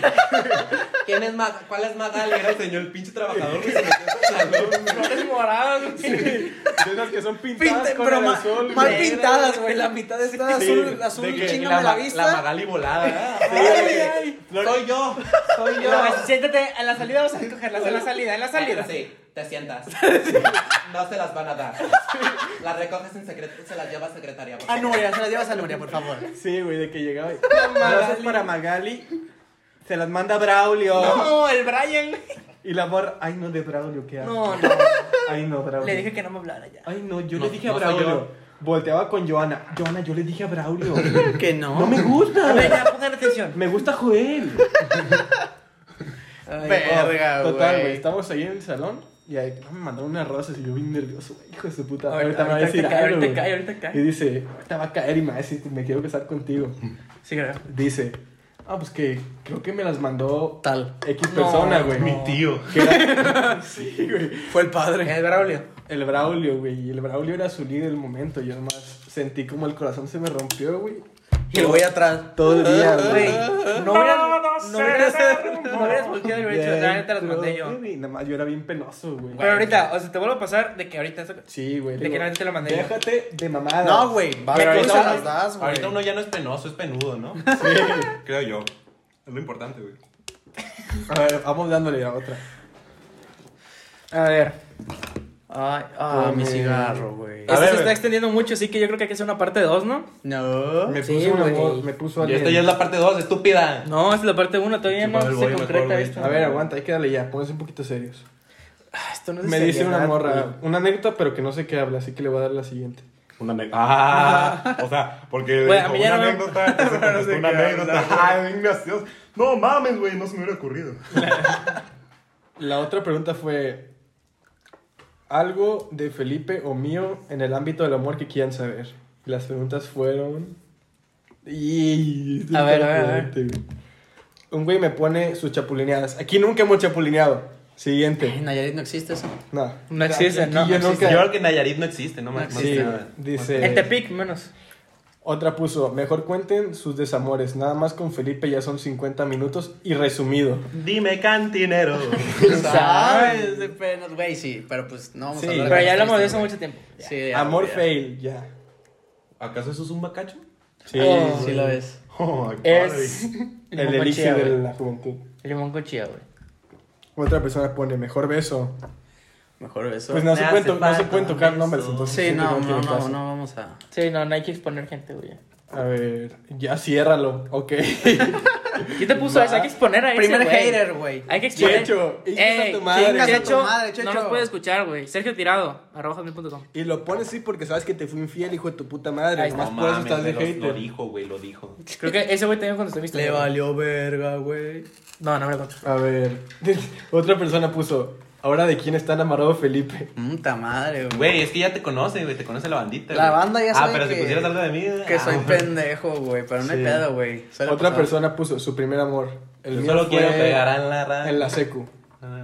Speaker 5: ¿Quién es Magali? ¿Cuál es Magali? Era el señor, el pinche trabajador que se metió
Speaker 3: Flores moradas, güey.
Speaker 4: De esas que son pintadas
Speaker 6: Pinte-
Speaker 4: con
Speaker 6: pero
Speaker 4: el
Speaker 6: ma-
Speaker 4: azul,
Speaker 6: mal
Speaker 4: güey.
Speaker 6: pintadas, güey. La mitad está
Speaker 4: Sí,
Speaker 6: azul, azul
Speaker 4: de que
Speaker 6: chingame la,
Speaker 3: ma-
Speaker 6: vista.
Speaker 3: La Magali volada, ¿verdad?
Speaker 4: güey.
Speaker 3: Ay, ay,
Speaker 4: Lo-
Speaker 3: Soy yo, soy yo.
Speaker 7: Siéntate, en la salida vas a recogerlas, en la salida, en la salida.
Speaker 3: Sí, te sientas. No se las van a dar. Las recoges en secreto, se las lleva a secretaria. por
Speaker 6: A
Speaker 3: favor.
Speaker 6: Nuria, Ah, se las llevas a Nuria, por favor.
Speaker 4: Sí, güey, de que llegaba. y, Gracias para Magali. Se las manda Braulio.
Speaker 7: No, el Brian.
Speaker 4: Y la morra, ay no, de Braulio, ¿qué hago?
Speaker 7: No, no.
Speaker 4: Ay no, Braulio.
Speaker 7: Le dije que no me hablara ya.
Speaker 4: Ay no, yo
Speaker 3: No,
Speaker 4: le dije
Speaker 3: no
Speaker 4: a
Speaker 3: soy
Speaker 4: Braulio.
Speaker 3: yo.
Speaker 4: Volteaba con Joana. Joana, yo le dije a Braulio.
Speaker 6: Que no.
Speaker 4: No me
Speaker 7: A ver,
Speaker 4: gusta.
Speaker 7: ya pongan atención.
Speaker 4: Me gusta Joel.
Speaker 6: Ay,
Speaker 4: Oh,
Speaker 6: Verga,
Speaker 4: Total, güey.
Speaker 6: güey.
Speaker 4: Estamos ahí en el salón. Y ahí no, me mandaron unas rosas y yo bien nervioso, güey. Hijo de su puta.
Speaker 7: Ahorita-
Speaker 4: me va a
Speaker 7: ahorita
Speaker 4: decir
Speaker 7: cae,
Speaker 4: algo,
Speaker 7: ahorita
Speaker 4: güey.
Speaker 7: cae, ahorita cae.
Speaker 4: Y dice, ahorita va a caer y me va a decir, me quiero casar contigo.
Speaker 7: Sí, creo.
Speaker 4: Dice, ah, pues que creo que me las mandó
Speaker 6: Tal.
Speaker 4: X persona, güey.
Speaker 5: Mi Oh. tío.
Speaker 4: Que era- sí, güey.
Speaker 6: Fue el padre. El Braulio.
Speaker 4: El Braulio, güey. Y el Braulio era su líder del momento. Yo nomás sentí como el corazón se me rompió, güey.
Speaker 6: Y el güey atrás.
Speaker 4: Todo el día,
Speaker 7: Güey,
Speaker 4: güey.
Speaker 7: no hubieras, no hubieras, no hubieras volteado y hubieras dicho, la neta las mandé yo.
Speaker 4: Y nada más yo era bien penoso, güey.
Speaker 7: Pero ahorita, o sea, te vuelvo a pasar de que ahorita eso...
Speaker 4: Sí, güey.
Speaker 7: De
Speaker 4: digo,
Speaker 7: que la neta te lo mandé yo.
Speaker 4: Déjate de mamadas.
Speaker 6: No, güey. Va a ver
Speaker 3: ahorita
Speaker 6: cómo se
Speaker 3: uno-
Speaker 6: las das, güey.
Speaker 3: Ahorita uno ya no es penoso, es penudo, ¿no?
Speaker 5: Creo yo. Es lo importante, güey.
Speaker 4: A ver, vamos dándole a otra.
Speaker 7: A ver,
Speaker 6: Ay, ah, mi
Speaker 4: Hombre.
Speaker 6: cigarro, güey.
Speaker 7: esto
Speaker 3: ver,
Speaker 7: se
Speaker 3: güey.
Speaker 7: está extendiendo mucho, así que yo creo que hay que hacer una parte 2, ¿no?
Speaker 6: No.
Speaker 4: Me puso
Speaker 7: Sí,
Speaker 4: una
Speaker 7: güey.
Speaker 4: voz, me puso
Speaker 3: Y esta ya es
Speaker 4: alguien.
Speaker 3: la parte 2, estúpida.
Speaker 7: No, es la parte 1, todavía no
Speaker 5: Chupame
Speaker 7: se
Speaker 5: el boy mejor,
Speaker 7: concreta
Speaker 5: güey.
Speaker 7: esto.
Speaker 4: A ver, aguanta, hay que darle ya. Pónganse un poquito serios.
Speaker 7: Ah, Esto no es de
Speaker 4: Me dice
Speaker 7: seriedad,
Speaker 4: una morra,
Speaker 7: güey.
Speaker 4: una anécdota, pero que no sé qué habla, así que le voy a dar la siguiente.
Speaker 5: Una anécdota. Ah, o sea, porque le
Speaker 7: Güey,
Speaker 5: dijo
Speaker 7: a mí ya
Speaker 5: una
Speaker 7: no me-
Speaker 5: anécdota, entonces contestó una anécdota. Ay, bien gracioso. No mames, güey, no se me hubiera ocurrido.
Speaker 4: La otra pregunta fue algo de Felipe o mío en el ámbito del amor que quieran saber. Y Las preguntas fueron y
Speaker 7: A ver, a ver, a ver.
Speaker 4: Un güey me pone sus chapulineadas. Aquí nunca hemos chapulineado.
Speaker 6: En
Speaker 4: Siguiente.
Speaker 6: Nayarit no existe eso.
Speaker 4: No.
Speaker 7: No existe,
Speaker 4: Aquí
Speaker 7: no, no
Speaker 4: yo nunca-
Speaker 7: existe.
Speaker 3: Yo creo que Nayarit no existe, no más.
Speaker 4: Sí, dice.
Speaker 7: En Tepic, menos.
Speaker 4: Otra puso, mejor cuenten sus desamores. Nada más con Felipe ya son 50 minutos y resumido.
Speaker 3: Dime cantinero.
Speaker 6: ¿Sabes? De penas, güey, sí. Pero pues no vamos
Speaker 4: Sí,
Speaker 6: a hablar
Speaker 7: Pero ya hablamos de
Speaker 6: cosas
Speaker 7: eso
Speaker 6: tristes,
Speaker 7: mucho tiempo.
Speaker 6: güey. Sí, ya,
Speaker 4: Amor
Speaker 6: ya.
Speaker 4: fail, ya.
Speaker 3: ¿Acaso eso es un bacacho?
Speaker 4: Sí,
Speaker 7: Oh.
Speaker 6: Sí lo es.
Speaker 5: Oh,
Speaker 7: Es
Speaker 4: el
Speaker 7: limón con chía,
Speaker 4: elixir de
Speaker 7: güey.
Speaker 4: la juventud.
Speaker 7: Limón con chía, güey.
Speaker 4: Otra persona pone mejor beso.
Speaker 6: Mejor eso.
Speaker 4: Pues no
Speaker 3: me
Speaker 4: se,
Speaker 3: hace
Speaker 4: pueden to- no se
Speaker 3: falta
Speaker 4: pueden tocar
Speaker 3: eso.
Speaker 4: nombres, entonces.
Speaker 6: Sí,
Speaker 4: siento que
Speaker 6: no,
Speaker 4: tiene
Speaker 6: no, no,
Speaker 4: caso.
Speaker 6: no vamos a.
Speaker 7: Sí, no, no hay que exponer gente, güey.
Speaker 4: A ver, ya ciérralo, ok.
Speaker 7: ¿Quién te puso eso? Hay que exponer a ese,
Speaker 6: Primer
Speaker 7: güey.
Speaker 6: hater, güey.
Speaker 7: Hay que exponer.
Speaker 4: Checho, y
Speaker 7: Ey,
Speaker 4: tu madre.
Speaker 6: chingas a tu
Speaker 7: Checho,
Speaker 6: madre, Checho.
Speaker 7: no nos puede escuchar, güey. Sergio Tirado, arroba hotmail punto com.
Speaker 4: Y lo pones así porque sabes que te fui infiel, hijo de tu puta madre.
Speaker 7: Ay,
Speaker 4: Más
Speaker 3: No
Speaker 4: por eso
Speaker 3: mames,
Speaker 4: estás de
Speaker 3: güey, lo, lo
Speaker 4: hater.
Speaker 3: dijo, güey, lo dijo.
Speaker 7: Creo que ese güey también cuando estoy visto.
Speaker 6: Le
Speaker 7: güey.
Speaker 6: valió verga, güey.
Speaker 7: No, no me lo contó.
Speaker 4: A ver, otra persona puso, ahora de quién están amarrado Felipe.
Speaker 6: Puta madre, güey.
Speaker 3: Güey, es que ya te conoce, güey, te conoce la bandita.
Speaker 6: La
Speaker 3: güey.
Speaker 6: banda ya
Speaker 3: Ah,
Speaker 6: sabe
Speaker 3: pero si
Speaker 6: que-
Speaker 3: pusieras algo de mí.
Speaker 6: Que
Speaker 3: ah,
Speaker 6: soy
Speaker 3: güey.
Speaker 6: pendejo, güey. Pero no hay
Speaker 4: Sí.
Speaker 6: pedo, güey. Suele
Speaker 4: Otra
Speaker 6: pasar.
Speaker 4: persona puso su primer amor. El
Speaker 3: Yo
Speaker 4: mío
Speaker 3: solo
Speaker 4: fue
Speaker 3: quiero pegar a la Ah, rana.
Speaker 4: en la secu.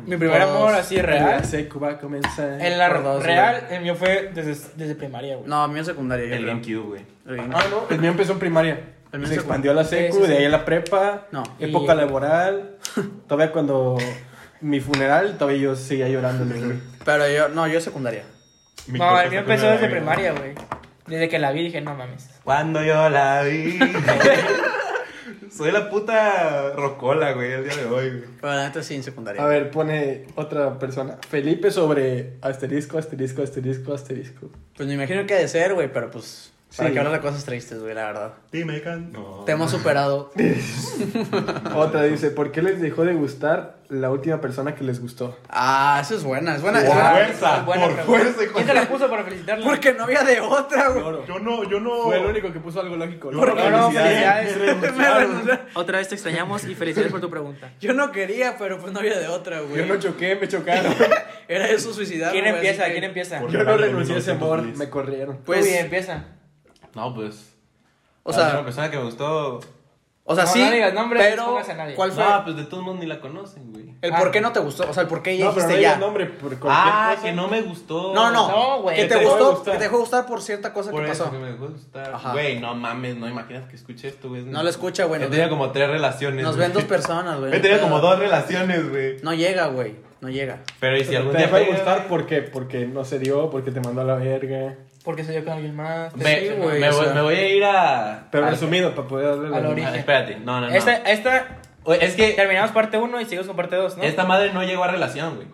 Speaker 7: Mi primer
Speaker 6: Todos
Speaker 7: amor así
Speaker 4: En la
Speaker 7: real.
Speaker 4: secu va a comenzar.
Speaker 7: En la
Speaker 6: por dos,
Speaker 7: real, el mío fue desde, desde primaria, güey.
Speaker 6: No, mío secundaria, yo
Speaker 3: El
Speaker 6: creo.
Speaker 3: GameCube, güey.
Speaker 6: El Game
Speaker 4: Ah, no, el mío empezó en primaria.
Speaker 6: El mío
Speaker 4: se
Speaker 6: en secu.
Speaker 4: expandió a la
Speaker 7: Sí,
Speaker 4: secu,
Speaker 7: sí, sí.
Speaker 4: de ahí a la prepa,
Speaker 6: No.
Speaker 4: época
Speaker 7: Y-
Speaker 4: laboral. Todavía cuando mi funeral, todavía yo seguía llorando. güey.
Speaker 6: Pero yo, no, yo secundaria.
Speaker 5: Mi
Speaker 7: No,
Speaker 5: cuerpo
Speaker 7: el mío
Speaker 5: está
Speaker 7: empezó
Speaker 5: pleno de
Speaker 7: desde
Speaker 5: vida.
Speaker 7: primaria, güey. Desde que la vi dije, no mames.
Speaker 3: Cuando yo la vi. soy la puta rocola, güey, el día de hoy, güey.
Speaker 6: Pero la neta sí, en secundaria.
Speaker 4: A ver, pone otra persona. Felipe sobre asterisco, asterisco, asterisco, asterisco.
Speaker 6: Pues me imagino que ha de ser, güey. Pero pues. Para
Speaker 4: Sí.
Speaker 6: que hablar de cosas tristes, güey, la verdad.
Speaker 5: Dime can. No.
Speaker 6: Te hemos superado.
Speaker 4: Otra dice, ¿por qué les dejó de gustar la última persona que les gustó?
Speaker 6: Ah, eso es buena, es buena. es
Speaker 5: Por
Speaker 6: buena.
Speaker 5: fuerza,
Speaker 7: buena
Speaker 5: por
Speaker 7: pregunta.
Speaker 5: fuerza, hijo
Speaker 7: ¿Quién te la puso para felicitarla?
Speaker 6: Porque no había de otra, güey.
Speaker 5: Yo no, yo no.
Speaker 4: Fue el único que puso algo lógico. ¿no?
Speaker 5: Yo
Speaker 7: No,
Speaker 5: no,
Speaker 7: no, felicidades.
Speaker 6: Me renunciaron.
Speaker 7: Otra vez te extrañamos y felicidades por tu pregunta.
Speaker 6: Yo no quería, pero pues no había de otra, güey.
Speaker 4: Yo no choqué, me chocaron.
Speaker 6: Era eso suicidar.
Speaker 7: ¿Quién empieza? ¿Quién empieza?
Speaker 5: Por-
Speaker 4: Yo no renuncié a ese amor,
Speaker 5: 1910.
Speaker 4: me corrieron.
Speaker 7: Pues,
Speaker 6: Pues,
Speaker 7: Muy bien, empieza.
Speaker 3: No, pues.
Speaker 6: o
Speaker 3: la última
Speaker 5: pues,
Speaker 6: sea,
Speaker 3: persona que me gustó.
Speaker 6: o sea,
Speaker 7: No,
Speaker 6: sí,
Speaker 7: no digas nombres, no
Speaker 6: pero
Speaker 7: pongas a nadie.
Speaker 6: ¿cuál fue?
Speaker 5: ah,
Speaker 3: No, pues de todos modos ni la conocen, güey.
Speaker 6: El
Speaker 7: Ah.
Speaker 6: por qué no te gustó, o sea, el por qué ya
Speaker 4: No, pero no
Speaker 6: dijiste
Speaker 4: digas
Speaker 6: ya.
Speaker 4: nombre por cualquier
Speaker 3: Ah,
Speaker 4: cosa.
Speaker 3: que no me gustó.
Speaker 6: No, no,
Speaker 7: No, güey.
Speaker 6: Que
Speaker 4: Que
Speaker 6: te
Speaker 4: te dejó de
Speaker 6: gustó,
Speaker 4: gustar.
Speaker 6: que te dejó gustar por cierta cosa
Speaker 3: Por
Speaker 6: que
Speaker 3: eso
Speaker 6: pasó.
Speaker 3: que me dejó gustar.
Speaker 6: Ajá.
Speaker 3: Güey, no mames, no imaginas que escuché esto, güey.
Speaker 6: No lo escucha, güey.
Speaker 3: He
Speaker 6: Nos,
Speaker 3: tenido
Speaker 6: ven-
Speaker 3: como tres relaciones.
Speaker 6: nos
Speaker 3: güey.
Speaker 6: ven dos personas, güey.
Speaker 3: He tenido
Speaker 6: no
Speaker 3: como
Speaker 6: pedo.
Speaker 3: dos relaciones, güey.
Speaker 6: No llega, güey. No llega.
Speaker 5: Pero y si algún
Speaker 4: Te
Speaker 5: día
Speaker 4: dejó de
Speaker 5: pega,
Speaker 4: gustar
Speaker 5: güey?
Speaker 4: ¿por qué? porque no se dio, porque te mandó a la verga.
Speaker 6: Porque se dio con alguien más.
Speaker 5: Me,
Speaker 6: Sí,
Speaker 5: me,
Speaker 6: güey, o
Speaker 5: voy,
Speaker 6: sea.
Speaker 5: me voy a ir a.
Speaker 4: Pero
Speaker 5: a-
Speaker 4: resumido, para poder darle
Speaker 6: al
Speaker 4: Ah, la
Speaker 6: origen.
Speaker 5: Ah, espérate, no, no, no.
Speaker 7: Esta, esta,
Speaker 5: Oye, es que
Speaker 7: terminamos parte 1 y seguimos con parte 2, ¿no?
Speaker 5: esta madre no llegó a relación, güey.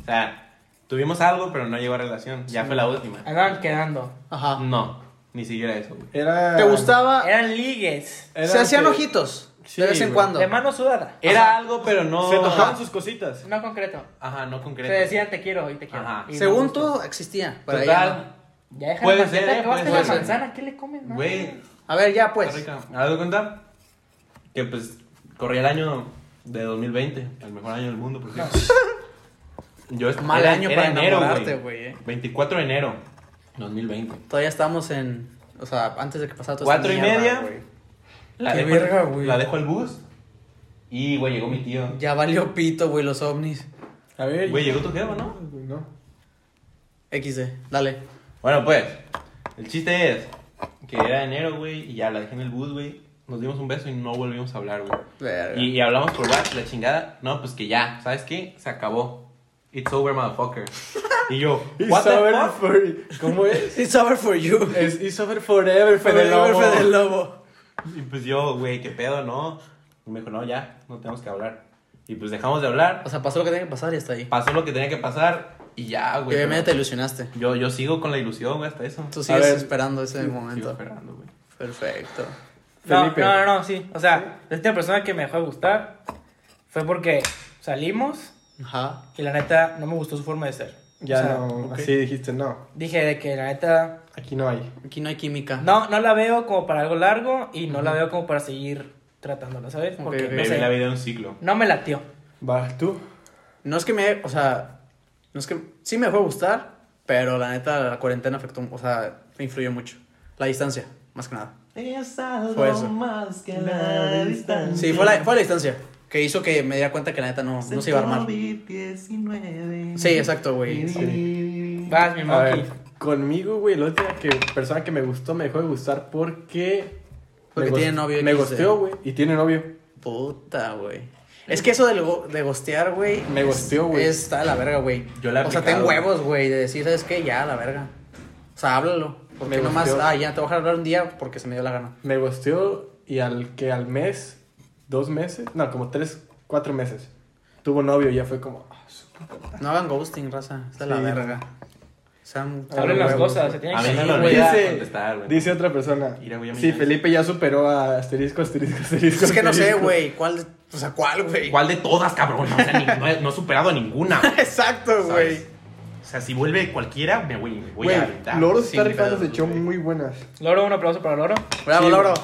Speaker 5: O sea, tuvimos algo, pero no llegó a relación. Ya fue la última.
Speaker 7: Andaban quedando.
Speaker 6: Ajá.
Speaker 5: No, ni siquiera eso, güey.
Speaker 4: Era...
Speaker 6: ¿Te gustaba?
Speaker 7: Eran ligues.
Speaker 4: era
Speaker 6: se hacían
Speaker 4: que-
Speaker 6: ojitos.
Speaker 4: Sí,
Speaker 6: de vez en
Speaker 4: güey.
Speaker 6: cuando.
Speaker 7: De mano sudada.
Speaker 5: Era algo, pero no.
Speaker 4: Se tocaban sus cositas.
Speaker 7: No concreto.
Speaker 5: Ajá, no
Speaker 7: Se
Speaker 5: concreto.
Speaker 7: decían te quiero y te quiero.
Speaker 5: Ajá.
Speaker 7: Y
Speaker 6: Según
Speaker 7: no.
Speaker 6: tú, existía. Para
Speaker 5: Total,
Speaker 7: Ya deja
Speaker 5: Puede
Speaker 7: la
Speaker 5: ser,
Speaker 7: maceta,
Speaker 5: eh,
Speaker 7: que vas
Speaker 5: puede
Speaker 7: a tener
Speaker 6: ser.
Speaker 7: la manzana, ¿qué le comes, madre?
Speaker 5: güey.
Speaker 6: A ver, ya pues.
Speaker 5: Está rica. ¿Me das de cuenta? Que pues corría el año de 2020, el mejor año del mundo, por cierto. Yo est-
Speaker 6: Mal
Speaker 5: era-
Speaker 6: año
Speaker 5: era
Speaker 6: para
Speaker 5: enero,
Speaker 6: enamorarte, güey. eh.
Speaker 5: 24 de enero 2020.
Speaker 6: Todavía estamos en. O sea, antes de que pasara todo
Speaker 5: Cuatro y media. La
Speaker 6: Qué
Speaker 5: dejo,
Speaker 6: verga, güey.
Speaker 5: La dejo al bus. Y, güey, llegó mi tío.
Speaker 6: Ya valió pito, güey, los ovnis.
Speaker 4: A ver.
Speaker 5: Güey, llegó tu jefa, ¿no?
Speaker 4: No.
Speaker 6: XD, dale.
Speaker 5: Bueno, pues, el chiste es que era enero, güey, y ya la dejé en el bus, güey. Nos dimos un beso y no volvimos a hablar, güey.
Speaker 6: Verga.
Speaker 5: Y, y hablamos por WhatsApp, la chingada. No, pues que ya, ¿sabes qué? Se acabó. It's over, motherfucker. Y yo, ¿What
Speaker 4: It's
Speaker 5: the
Speaker 4: over
Speaker 5: fuck?
Speaker 4: for... ¿Cómo es?
Speaker 6: It's over for you.
Speaker 4: es it's over forever, Fede
Speaker 6: Fede
Speaker 4: Lobo.
Speaker 6: Fede Lobo.
Speaker 5: Y pues yo, güey, ¿qué pedo, no? Y me dijo, no, ya, no tenemos que hablar. Y pues dejamos de hablar.
Speaker 6: O sea, pasó lo que tenía que pasar y hasta ahí.
Speaker 5: Pasó lo que tenía que pasar y ya,
Speaker 6: Y
Speaker 5: güey.
Speaker 6: obviamente te ilusionaste.
Speaker 5: Yo, yo sigo con la ilusión, güey, hasta eso.
Speaker 6: Tú
Speaker 5: Sigo
Speaker 6: sigues
Speaker 4: ver.
Speaker 6: esperando ese momento.
Speaker 5: esperando, güey.
Speaker 6: Perfecto.
Speaker 7: No,
Speaker 4: Felipe.
Speaker 7: no, no, no, sí. O sea, la última persona que me dejó de gustar fue porque salimos
Speaker 6: Ajá.
Speaker 7: y la neta no me gustó su forma de ser.
Speaker 4: Ya
Speaker 7: O sea,
Speaker 4: no,
Speaker 5: ok.
Speaker 4: así dijiste, no.
Speaker 7: Dije de que la neta
Speaker 4: Aquí no hay.
Speaker 6: Aquí no hay química.
Speaker 7: no, no la veo como para algo largo y no la veo como para seguir tratándola, ¿sabes?
Speaker 6: Ok,
Speaker 7: Porque
Speaker 4: Eh,
Speaker 6: ok.
Speaker 7: no,
Speaker 5: Me
Speaker 7: sé,
Speaker 5: vi la vida en un ciclo.
Speaker 7: no me latió.
Speaker 4: ¿Vas tú?
Speaker 6: No es que me, o sea, no es que sí me fue a gustar, pero la neta la cuarentena afectó, o sea, me influyó mucho. La distancia, más que nada. Fue eso.
Speaker 5: más que
Speaker 4: la distancia.
Speaker 6: Sí, fue la, fue la distancia que hizo que me diera cuenta que la neta no, no se iba a armar. Sí, exacto, güey.
Speaker 7: Vas, mi
Speaker 4: A
Speaker 7: monkey.
Speaker 4: ver, conmigo, güey, la última que, persona que me gustó me dejó de gustar porque...
Speaker 6: Porque
Speaker 4: me
Speaker 6: tiene
Speaker 4: gos-
Speaker 6: novio,
Speaker 4: Me
Speaker 6: XD.
Speaker 4: gosteó, güey, y tiene novio.
Speaker 6: Puta, güey. Es que eso de, go- de gostear, güey.
Speaker 4: Me
Speaker 6: es-
Speaker 4: gosteó, güey.
Speaker 6: es- Está de la verga, güey.
Speaker 5: Yo la he
Speaker 6: O sea,
Speaker 5: aplicado.
Speaker 6: ten huevos, güey, de decir, ¿sabes qué? Ya, la verga. O sea, háblalo. Porque
Speaker 4: Me
Speaker 6: nomás,
Speaker 4: gosteó.
Speaker 6: ah, ya te voy a dejar hablar un día porque se me dio la gana.
Speaker 4: Me gosteó y al que al mes, dos meses, no, como tres, cuatro meses, tuvo novio y ya fue como... ah, su-
Speaker 6: No hagan ghosting, raza. Está de la
Speaker 4: Sí.
Speaker 6: verga. Sean
Speaker 4: A
Speaker 7: Abren
Speaker 4: ver,
Speaker 7: las
Speaker 4: güey,
Speaker 7: cosas,
Speaker 4: güey.
Speaker 7: se tienen
Speaker 5: A
Speaker 7: que
Speaker 5: mí se
Speaker 7: salir,
Speaker 5: me
Speaker 7: güey.
Speaker 5: olvida
Speaker 4: Dice-
Speaker 5: contestar, güey.
Speaker 4: Dice otra persona.
Speaker 5: Mira, güey, a mí
Speaker 4: sí,
Speaker 5: ya-
Speaker 4: Felipe ya superó a asterisco, asterisco, asterisco.
Speaker 6: Es que no sé,
Speaker 4: asterisco.
Speaker 6: güey. ¿Cuál? O sea, ¿cuál, güey?
Speaker 5: ¿Cuál de todas, cabrón? O sea, ni- no, he, no he superado a ninguna. güey.
Speaker 6: Exacto, güey.
Speaker 5: ¿Sabes? O sea, si vuelve cualquiera, me voy, me voy
Speaker 4: Güey,
Speaker 5: a aventar.
Speaker 4: Loro
Speaker 6: sin
Speaker 4: está rifando, se
Speaker 6: pedos,
Speaker 4: echó
Speaker 6: güey.
Speaker 4: muy buenas.
Speaker 7: Loro, un aplauso para Loro.
Speaker 6: Bravo,
Speaker 4: Sí,
Speaker 6: Lauro.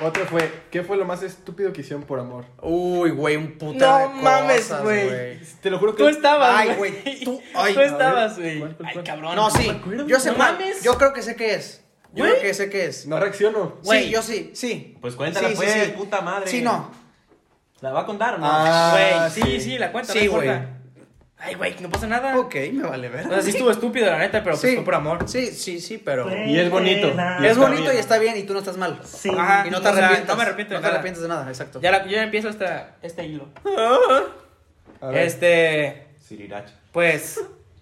Speaker 4: Otra fue, ¿qué fue lo más estúpido que hicieron por amor?
Speaker 6: Uy, güey, un puto.
Speaker 7: No mames, güey.
Speaker 4: Te lo juro que...
Speaker 7: Tú estabas,
Speaker 6: Ay, güey. Tú, ay.
Speaker 7: Tú estabas,
Speaker 4: ver,
Speaker 7: güey.
Speaker 4: ¿cuál, cuál,
Speaker 7: Ay,
Speaker 4: cuál?
Speaker 7: cabrón.
Speaker 6: No, sí. Yo sé
Speaker 7: No
Speaker 6: cuál.
Speaker 7: mames.
Speaker 6: Yo creo que sé qué es. Yo
Speaker 7: Güey.
Speaker 6: creo que sé qué es.
Speaker 4: No reacciono.
Speaker 6: Sí,
Speaker 7: Güey.
Speaker 6: yo sí, sí.
Speaker 5: Pues cuéntala,
Speaker 6: Sí, sí,
Speaker 5: pues,
Speaker 6: sí.
Speaker 5: puta madre.
Speaker 6: Sí, no.
Speaker 5: ¿La va a contar o no?
Speaker 7: Güey, sí, sí, la cuenta,
Speaker 6: ah, Sí,
Speaker 7: no
Speaker 6: güey.
Speaker 7: importa. Ay, güey, no pasa nada.
Speaker 6: Ok, me vale ver.
Speaker 7: O sea, sí estuvo estúpido, la neta, pero pues fue por amor.
Speaker 6: Sí, sí, sí, pero.
Speaker 4: Y es bonito. y
Speaker 6: Es
Speaker 4: está
Speaker 6: bonito
Speaker 4: bien.
Speaker 6: y está bien y tú no estás mal.
Speaker 7: Sí. ah,
Speaker 6: Y no te arrepientes.
Speaker 7: no me arrepiento de
Speaker 6: No te
Speaker 7: nada.
Speaker 6: arrepientes de nada, exacto.
Speaker 7: Ya la- yo ya empiezo esta, este hilo.
Speaker 4: A ver,
Speaker 7: Este,
Speaker 5: Siriracha,
Speaker 7: pues,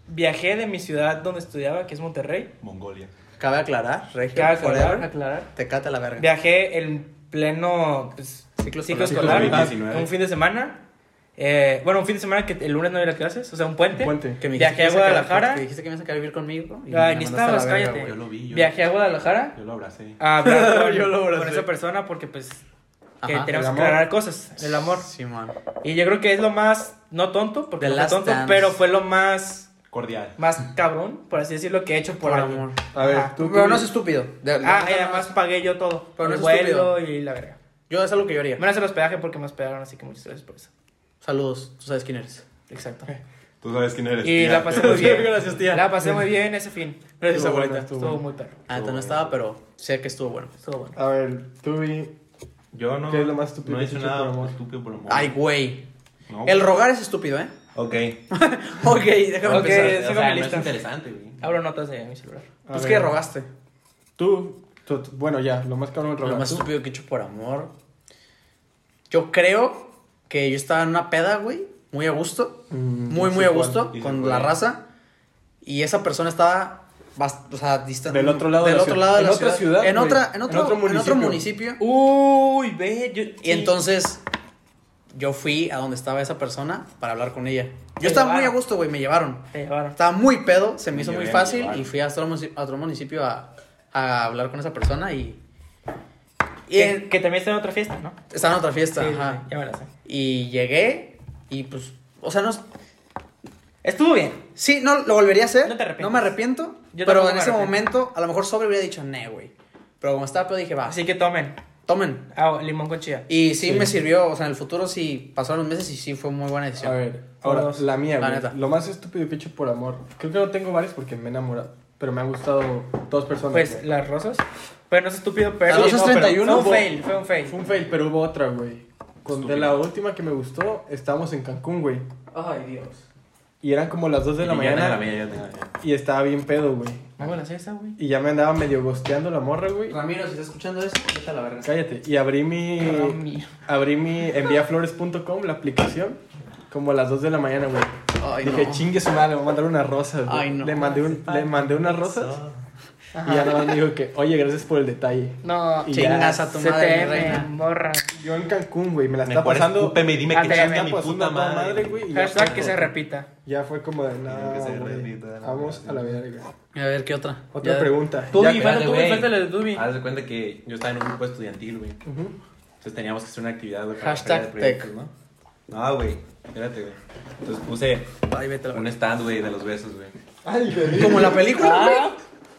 Speaker 7: viajé de mi ciudad donde estudiaba, que es Monterrey.
Speaker 5: Mongolia.
Speaker 6: Cabe aclarar, Regio,
Speaker 7: Cabe aclarar,
Speaker 6: forever.
Speaker 7: aclarar.
Speaker 6: Te cata la verga.
Speaker 7: Viajé en pleno pues,
Speaker 6: Ciclo
Speaker 7: ciclo,
Speaker 6: escolar.
Speaker 7: escolar,
Speaker 5: Ciclo 2019.
Speaker 7: un fin de semana. Eh, bueno, un fin de semana que el lunes no había las clases, o sea, un puente.
Speaker 4: puente.
Speaker 6: Este, Que me dijiste
Speaker 7: Viajé a
Speaker 6: ibas quedar-
Speaker 7: Guadalajara.
Speaker 6: Que dijiste que me ibas a quedar a vivir conmigo. y
Speaker 7: Ay, ni
Speaker 6: me mandaste a la
Speaker 7: estabas,
Speaker 6: verga,
Speaker 7: cállate.
Speaker 6: güey.
Speaker 5: Yo lo vi, yo,
Speaker 7: Viajé a Guadalajara.
Speaker 5: yo lo abracé.
Speaker 7: a hablar con,
Speaker 6: Yo lo
Speaker 7: con
Speaker 6: abracé.
Speaker 7: esa persona porque pues que
Speaker 6: Ajá,
Speaker 7: tenemos
Speaker 4: el
Speaker 7: que
Speaker 4: amor.
Speaker 7: aclarar cosas el amor
Speaker 6: Sí, man.
Speaker 7: y yo creo que es lo más no tonto porque
Speaker 6: The
Speaker 7: no fue
Speaker 6: last
Speaker 7: tonto
Speaker 6: dance.
Speaker 7: pero fue lo más
Speaker 5: Cordial.
Speaker 7: más cabrón por así decirlo que he hecho por,
Speaker 6: Por
Speaker 7: alguien.
Speaker 6: amor.
Speaker 4: a ver,
Speaker 7: Ajá.
Speaker 4: tú...
Speaker 6: Ah, Pero
Speaker 4: tú-
Speaker 6: no es estúpido. De- la
Speaker 7: ah
Speaker 6: neta
Speaker 7: y
Speaker 6: no
Speaker 7: además
Speaker 6: es-
Speaker 7: pagué yo todo
Speaker 6: Pero no
Speaker 7: el
Speaker 6: es
Speaker 7: vuelo
Speaker 6: estúpido.
Speaker 7: y la verga
Speaker 6: Yo es algo que yo haría.
Speaker 7: menos el hospedaje porque me hospedaron así que muchas gracias por eso
Speaker 6: Saludos, tú sabes quién eres.
Speaker 7: exacto
Speaker 9: Tú sabes quién eres.
Speaker 7: y
Speaker 9: tía.
Speaker 7: la pasé muy bien
Speaker 6: Gracias, tía.
Speaker 7: la pasé muy bien ese fin
Speaker 6: Gracias,
Speaker 4: Estuvo
Speaker 6: abuelita.
Speaker 4: bueno, estuvo
Speaker 7: estuvo
Speaker 4: bueno.
Speaker 7: muy perro
Speaker 6: Ah, entonces no estaba, pero sé que estuvo bueno.
Speaker 7: estuvo bueno
Speaker 4: A ver, tú y...
Speaker 5: Yo no,
Speaker 4: ¿Qué es lo más estúpido
Speaker 5: no
Speaker 4: que
Speaker 5: hice
Speaker 4: has hecho
Speaker 5: nada
Speaker 4: por amor?
Speaker 5: estúpido por amor.
Speaker 6: Ay, güey.
Speaker 5: No.
Speaker 6: El rogar es estúpido, ¿eh?
Speaker 5: Ok.
Speaker 6: Ok, déjame
Speaker 7: Ok.
Speaker 6: empezar.
Speaker 5: Pues, O
Speaker 7: sigo
Speaker 5: sea,
Speaker 7: mi
Speaker 5: no es
Speaker 7: lista.
Speaker 5: interesante, güey.
Speaker 7: abro notas de mi celular
Speaker 4: a
Speaker 6: Pues
Speaker 4: ver,
Speaker 6: que rogaste.
Speaker 4: Tú... tú- tú- bueno, ya, lo más cabrón rogar.
Speaker 6: Lo más
Speaker 4: Tú.
Speaker 6: estúpido que he hecho por amor. Yo creo que yo estaba en una peda, güey. muy a gusto,
Speaker 4: Mm,
Speaker 6: muy,
Speaker 4: sí,
Speaker 6: muy a
Speaker 4: Juan,
Speaker 6: gusto
Speaker 3: sí se
Speaker 6: con
Speaker 3: puede.
Speaker 6: la raza. Y esa persona estaba, bast- o sea, distante.
Speaker 4: Del otro lado de
Speaker 6: del
Speaker 4: la
Speaker 6: otro
Speaker 4: ciudad.
Speaker 6: lado de
Speaker 4: En
Speaker 6: la
Speaker 4: otra
Speaker 6: ciudad.
Speaker 4: ciudad,
Speaker 6: En,
Speaker 4: güey.
Speaker 6: otra, en,
Speaker 4: En
Speaker 6: otro,
Speaker 4: otro
Speaker 6: en otro
Speaker 4: municipio.
Speaker 6: municipio.
Speaker 7: Uy, ve, yo...
Speaker 6: Y entonces yo fui a donde estaba esa persona para hablar con ella.
Speaker 7: Te
Speaker 6: Yo estaba muy a
Speaker 7: llevaron.
Speaker 6: gusto, güey, me llevaron.
Speaker 7: Te llevaron.
Speaker 6: Estaba muy pedo, se me,
Speaker 3: Me
Speaker 6: hizo
Speaker 3: llevé,
Speaker 6: muy
Speaker 3: me
Speaker 6: fácil
Speaker 3: llevaron.
Speaker 6: y fui hasta otro munici- a otro municipio a, a hablar con esa persona y... y
Speaker 7: Que,
Speaker 6: en-
Speaker 7: que también está en otra fiesta, ¿no?
Speaker 6: estaba en otra fiesta,
Speaker 7: Sí, sí,
Speaker 6: ajá.
Speaker 7: sí, ya me la sé.
Speaker 6: Y llegué y pues, o sea, no,
Speaker 7: Estuvo bien.
Speaker 6: sí, no lo volvería a hacer.
Speaker 7: No te arrepientes.
Speaker 6: me arrepiento,
Speaker 7: Yo
Speaker 6: pero
Speaker 7: tampoco
Speaker 6: en
Speaker 7: me
Speaker 6: ese
Speaker 7: arrepiento.
Speaker 6: momento a lo mejor sobre hubiera dicho, ne, güey. Pero como estaba pedo dije, va,
Speaker 7: Así que tomen.
Speaker 6: tomen.
Speaker 7: Ah, limón con chía.
Speaker 6: Ah. Y sí, me sirvió, o sea, en el futuro sí pasaron los meses y sí fue muy buena decisión.
Speaker 4: A ver, ahora
Speaker 7: Todos.
Speaker 4: la mía,
Speaker 6: La
Speaker 4: güey.
Speaker 6: neta.
Speaker 4: Lo más estúpido y pecho por amor. Creo que no tengo varios porque me he enamorado. Pero me han gustado dos personas.
Speaker 7: Pues
Speaker 4: güey.
Speaker 7: las rosas. Pero no es estúpido, pero.
Speaker 6: Las rosas
Speaker 7: no, pero
Speaker 6: 31
Speaker 7: Fue un
Speaker 6: hubo-
Speaker 7: fail, fue un fail.
Speaker 4: Fue un fail, pero hubo otra, güey. Con, de la última que me gustó, estábamos en Cancún, güey.
Speaker 6: Ay, Dios.
Speaker 4: Y eran como las 2 de la
Speaker 3: Y ya
Speaker 4: mañana.
Speaker 3: tengo la mía, ya tengo la mía.
Speaker 4: Y estaba bien pedo, güey.
Speaker 7: Hago la cesta, güey.
Speaker 4: Y ya me andaba medio gosteando la morra, güey.
Speaker 6: Ramiro, si estás escuchando eso, vete a la verga.
Speaker 4: Cállate. Y abrí mi.
Speaker 7: Ramiro.
Speaker 4: Abrí mi enviaflores.com, la aplicación. Como a las 2 de la mañana, güey.
Speaker 6: Ay,
Speaker 4: Dije,
Speaker 6: no.
Speaker 4: chingue su madre, le voy a mandar unas rosas, güey.
Speaker 6: Ay, no.
Speaker 4: Le mandé, un, le mandé unas rosas. Y ya nada más me dijo que, oye, gracias por el detalle.
Speaker 7: No,
Speaker 4: Y
Speaker 6: Chingas a tu madre, mi
Speaker 7: CTM,
Speaker 6: reina.
Speaker 7: morra.
Speaker 4: Yo en Cancún, güey, me la está
Speaker 5: Mejor
Speaker 4: pasando.
Speaker 5: escúpeme y dime que
Speaker 7: Ah, te-
Speaker 5: chinga
Speaker 7: me
Speaker 5: mi
Speaker 4: pasó
Speaker 5: puta
Speaker 4: toda madre,
Speaker 5: madre.
Speaker 4: güey, y ya
Speaker 7: Hashtag
Speaker 4: fue-
Speaker 7: que se repita.
Speaker 4: Ya fue como de nada.
Speaker 5: que se
Speaker 4: güey,
Speaker 5: repita la
Speaker 4: Vamos a la verga.
Speaker 6: A ver, ¿qué otra?
Speaker 4: Otra
Speaker 6: Ya-
Speaker 4: pregunta.
Speaker 7: Tú
Speaker 4: Ya-
Speaker 7: vi, falta
Speaker 3: espérate,
Speaker 7: tú vi,
Speaker 3: güey.
Speaker 7: falta la de Dubi.
Speaker 3: Haz de cuenta que yo estaba en un grupo estudiantil, güey.
Speaker 4: Ujú.
Speaker 3: Entonces teníamos que hacer una actividad, güey, para la
Speaker 6: Hashtag
Speaker 3: feria de proyectos, ¿no? No, güey. Espérate, güey. Entonces puse
Speaker 6: Ay, vete a la
Speaker 3: un
Speaker 6: verga.
Speaker 3: stand, güey, de los besos, güey.
Speaker 4: Ay, güey.
Speaker 6: Como la película, güey.
Speaker 7: Ah,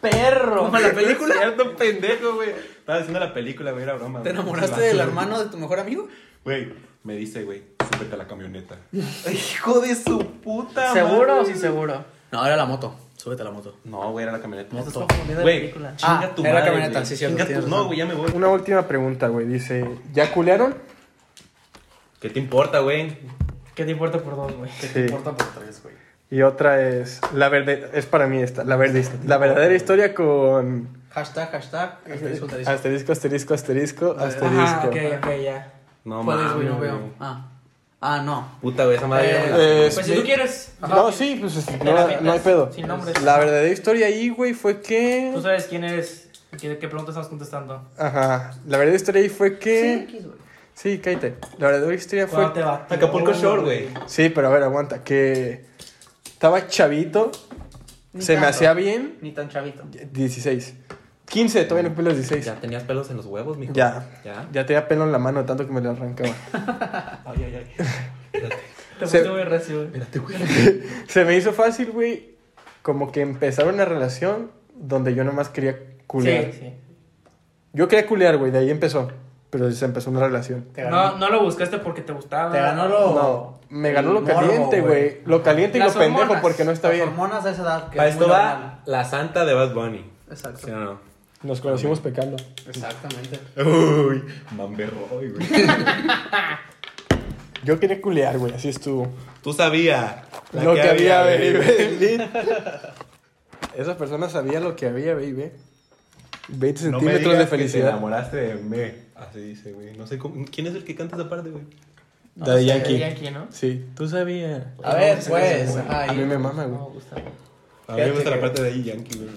Speaker 7: perro.
Speaker 6: Como la película.
Speaker 3: Cierto pendejo, güey. Estaba haciendo la película, güey, era broma.
Speaker 6: ¿Te
Speaker 3: güey.
Speaker 6: enamoraste del hermano de tu mejor amigo?
Speaker 5: Güey, me dice, güey, súbete a la camioneta.
Speaker 3: Hijo de su puta
Speaker 7: ¿Seguro o
Speaker 3: madre.
Speaker 7: sin seguro?
Speaker 6: No, era la moto. Súbete a la moto.
Speaker 3: No, güey, era la camioneta.
Speaker 6: Moto.
Speaker 3: Güey,
Speaker 7: confundiendo la película.
Speaker 3: chinga
Speaker 6: Ah,
Speaker 3: tu
Speaker 6: era
Speaker 3: madre.
Speaker 6: la camioneta,
Speaker 3: güey.
Speaker 6: sí, cierto,
Speaker 3: Chinga
Speaker 6: tienes
Speaker 3: tu-
Speaker 6: razón.
Speaker 3: No, güey, ya me voy.
Speaker 4: Una última pregunta, güey. Dice, ¿ya culearon?
Speaker 3: ¿Qué te importa, güey?
Speaker 7: ¿Qué te importa por dos, güey?
Speaker 4: Sí.
Speaker 6: por tres, güey.
Speaker 4: Y otra es, la verdad, es para mí esta, la, verde, la verdadera historia con...
Speaker 6: Hashtag, hashtag. asterisco, asterisco.
Speaker 4: Asterisco, asterisco, asterisco,
Speaker 6: Ah,
Speaker 4: asterisco.
Speaker 7: Ajá, ok, ok, ya.
Speaker 3: No
Speaker 6: ¿Cuál es, güey? No
Speaker 3: mames,
Speaker 6: veo. Ah. Ah, no.
Speaker 3: Puta, güey, esa madre.
Speaker 6: Eh,
Speaker 3: ya me la-
Speaker 4: Eh,
Speaker 7: Pues si
Speaker 4: mi-
Speaker 7: tú quieres.
Speaker 4: No, sí, pues es- no,
Speaker 7: la
Speaker 4: no hay pedo.
Speaker 7: Sin nombres. Pues, eh.
Speaker 4: La verdadera historia ahí, güey, fue que...
Speaker 7: Tú sabes quién eres. ¿Qué, qué preguntas estás contestando?
Speaker 4: Ajá, la verdadera historia ahí fue que... Sí, cállate. La verdadera historia fue...
Speaker 7: ¿Cuándo te va?
Speaker 3: Acapulco Shore, güey.
Speaker 4: Sí, pero a ver, aguanta, que... Estaba chavito,
Speaker 6: Ni
Speaker 4: se me
Speaker 6: tanto.
Speaker 4: hacía bien,
Speaker 6: Ni tan chavito. 16.
Speaker 4: 15, todavía no cumplí los 16.
Speaker 3: Ya tenías pelos en los huevos, mijo.
Speaker 4: Ya.
Speaker 3: Ya.
Speaker 4: Ya tenía pelo en la mano, tanto que me lo arrancaba.
Speaker 3: Ay, ay, ay.
Speaker 7: Te
Speaker 4: Se-
Speaker 7: puse muy recio, güey.
Speaker 3: Espérate, güey.
Speaker 4: Se me hizo fácil, güey, como que empezar una relación donde yo nomás quería culear.
Speaker 7: Sí, sí.
Speaker 4: Yo quería culear, güey, de ahí empezó. Pero se empezó una relación.
Speaker 6: Te ganó.
Speaker 7: No, no lo buscaste porque te gustaba.
Speaker 6: Te ganó lo.
Speaker 4: No, me ganó lo
Speaker 6: el morbo,
Speaker 4: caliente, güey. Lo caliente y
Speaker 7: Las
Speaker 4: lo pendejo
Speaker 7: hormonas,
Speaker 4: porque no está
Speaker 6: Las
Speaker 4: bien.
Speaker 6: hormonas de esa edad. que
Speaker 3: Para
Speaker 6: es
Speaker 3: esto
Speaker 6: muy
Speaker 3: va
Speaker 6: normal.
Speaker 3: la santa de Bad Bunny. ¿Sí
Speaker 6: Exacto.
Speaker 3: o no?
Speaker 4: Nos conocimos pecando.
Speaker 6: Exactamente.
Speaker 5: Uy, mamberroy, güey.
Speaker 4: Yo quería culear, güey, así estuvo.
Speaker 5: Tú sabías
Speaker 4: lo que, había,
Speaker 5: güey.
Speaker 4: baby. Esa persona sabía lo que había, baby. 20
Speaker 5: No me
Speaker 4: centímetros de
Speaker 5: digas Que te
Speaker 4: felicidad.
Speaker 5: enamoraste de me. Así dice, güey. No sé cómo. ¿Quién es el que canta esa parte, güey?
Speaker 4: Daddy Yankee.
Speaker 7: Yankee, ¿no?
Speaker 4: Sí, tú sabías.
Speaker 6: A ver, pues. ajá,
Speaker 4: A
Speaker 6: y-
Speaker 4: mí me mama,
Speaker 7: No me
Speaker 4: Ah, güey.
Speaker 7: gusta.
Speaker 5: A mí me gusta
Speaker 6: que-
Speaker 5: la parte de ahí, Yankee, güey.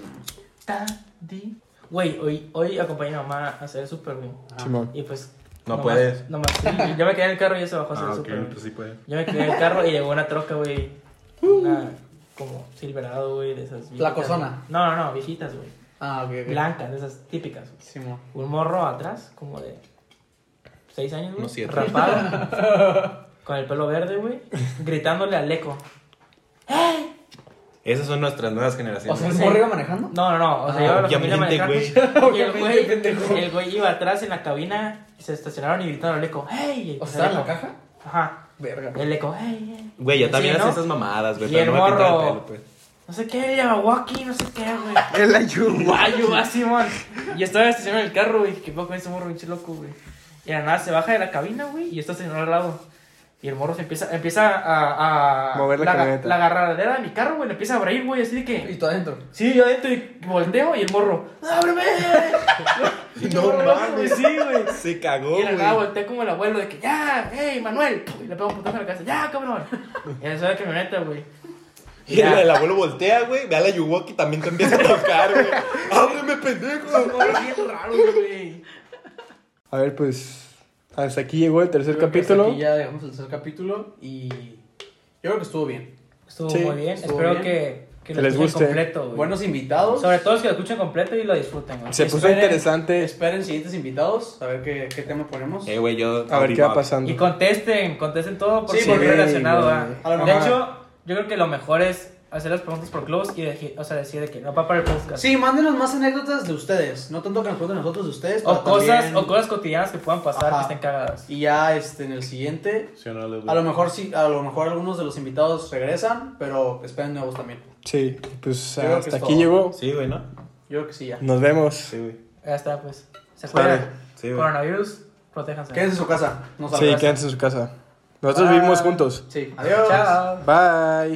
Speaker 7: Daddy. Güey, hoy, hoy acompañé a mamá a hacer el super, güey.
Speaker 6: Ah.
Speaker 4: Simón.
Speaker 7: Y pues.
Speaker 5: No
Speaker 7: nomás-
Speaker 5: puedes.
Speaker 7: Nomás, sí, yo me quedé en el carro y eso bajó a hacer el
Speaker 5: Ah, ok,
Speaker 7: super. güey.
Speaker 5: entonces sí puede.
Speaker 7: Yo me quedé en el carro y llegó una troca, güey. Una. Como silverado, güey, de esas. viejitas,
Speaker 6: Flacozona.
Speaker 7: güey. No, no, no, viejitas, güey.
Speaker 6: Ah, ok, ok.
Speaker 7: Blancas, de esas típicas, güey.
Speaker 6: Simón.
Speaker 7: Un morro atrás, como de 6 años, güey.
Speaker 3: Unos siete.
Speaker 7: Rapado. con el pelo verde, güey. Gritándole al eco.
Speaker 3: Esas son nuestras nuevas generaciones.
Speaker 6: O sea, el
Speaker 7: Sí.
Speaker 6: morro iba manejando.
Speaker 7: No, no, no. O sea,
Speaker 6: Ah,
Speaker 7: iba la familia
Speaker 3: obviamente,
Speaker 7: manejando. Y el
Speaker 6: Obviamente, pendejo.
Speaker 7: güey, el güey iba atrás en la cabina. Se estacionaron y gritaron al eco. ¡Hey! pues
Speaker 6: O sea, ¿estaba en la
Speaker 7: El eco,
Speaker 6: caja?
Speaker 7: Ajá.
Speaker 6: Verga.
Speaker 7: El eco. ¡Hey! hey".
Speaker 3: Güey, ya
Speaker 7: Sí,
Speaker 3: también haces
Speaker 7: ¿no?
Speaker 3: esas mamadas, güey.
Speaker 7: Y
Speaker 3: pero
Speaker 7: el
Speaker 3: no me pintar
Speaker 7: morro.
Speaker 3: pelo, pues.
Speaker 7: No sé qué, el Yawaki, no sé qué, güey. El Ayuwayu, ah, Simón. Y estaba estacionado en el carro, güey. Que poco con ese morro, pinche loco, güey. Y de la nada se baja de la cabina, güey, y está estacionado al lado. Y el morro se empieza, empieza a, a
Speaker 4: Mover la
Speaker 7: la,
Speaker 4: camioneta.
Speaker 7: la agarradera de mi carro, güey, le empieza a abrir, güey, así de que.
Speaker 6: Y tú adentro.
Speaker 7: Sí, yo adentro y volteo y el morro. ¡Ábreme! No mames. Sí, güey.
Speaker 5: Se cagó,
Speaker 7: Y la
Speaker 5: güey.
Speaker 7: nada volteé como el abuelo de que ya, hey Manuel. Y le pego un putazo en la cabeza, ya, cabrón. Y eso es que me meta, güey.
Speaker 5: Y el, el abuelo voltea, güey. Ve a la Yuwoki también te empieza a tocar, güey. Ábreme, pendejo.
Speaker 7: Bien raro, güey.
Speaker 4: A ver, pues. Hasta aquí llegó el tercer
Speaker 6: Creo que hasta
Speaker 4: capítulo.
Speaker 6: aquí ya dejamos el tercer capítulo y yo creo que estuvo bien.
Speaker 7: Estuvo
Speaker 4: Sí,
Speaker 7: muy bien.
Speaker 6: estuvo
Speaker 7: Espero
Speaker 6: bien.
Speaker 7: que, que
Speaker 4: Que les
Speaker 7: escuchen
Speaker 4: guste.
Speaker 7: completo, güey.
Speaker 6: Buenos invitados.
Speaker 7: Sobre todo es que lo escuchen completo y lo disfruten, güey.
Speaker 4: Se puso
Speaker 6: Esperen.
Speaker 4: interesante.
Speaker 6: eh, Esperen siguientes invitados, a ver qué, qué tema ponemos.
Speaker 5: Eh, güey, yo.
Speaker 4: A ver qué va pasando.
Speaker 7: Y contesten, contesten todo porque
Speaker 6: Sí,
Speaker 7: es
Speaker 6: güey,
Speaker 7: relacionado
Speaker 4: güey.
Speaker 7: a.
Speaker 6: A
Speaker 7: De
Speaker 6: lo mejor-
Speaker 7: hecho, yo creo que lo mejor es hacer las preguntas por close y decir, o sea, decir de que no va para el podcast.
Speaker 6: Sí, mándenos más anécdotas de ustedes, no tanto que nos cuenten nosotros de ustedes.
Speaker 7: O
Speaker 6: pero
Speaker 7: cosas,
Speaker 6: también-
Speaker 7: o cosas cotidianas que puedan pasar
Speaker 6: Ajá.
Speaker 7: que estén cagadas.
Speaker 6: Y ya este en el siguiente, a lo mejor sí, a lo mejor algunos de los invitados regresan, pero esperen nuevos también.
Speaker 4: Sí, pues
Speaker 6: creo que
Speaker 4: hasta
Speaker 6: es
Speaker 4: aquí
Speaker 6: todo.
Speaker 4: llegó.
Speaker 5: Sí, güey, ¿no?
Speaker 6: Yo creo que sí ya.
Speaker 4: Nos vemos.
Speaker 5: Sí, güey.
Speaker 7: Ya está, pues. ¿Se
Speaker 4: Sale.
Speaker 7: acuerdan?
Speaker 5: Sí, güey.
Speaker 7: Coronavirus, protéjanse.
Speaker 6: Quédense en su casa, nos
Speaker 4: Sí,
Speaker 6: abrazan.
Speaker 4: quédense en su casa. Nosotros
Speaker 6: Bye.
Speaker 4: vivimos juntos.
Speaker 6: Sí, adiós.
Speaker 7: Chao.
Speaker 4: Bye.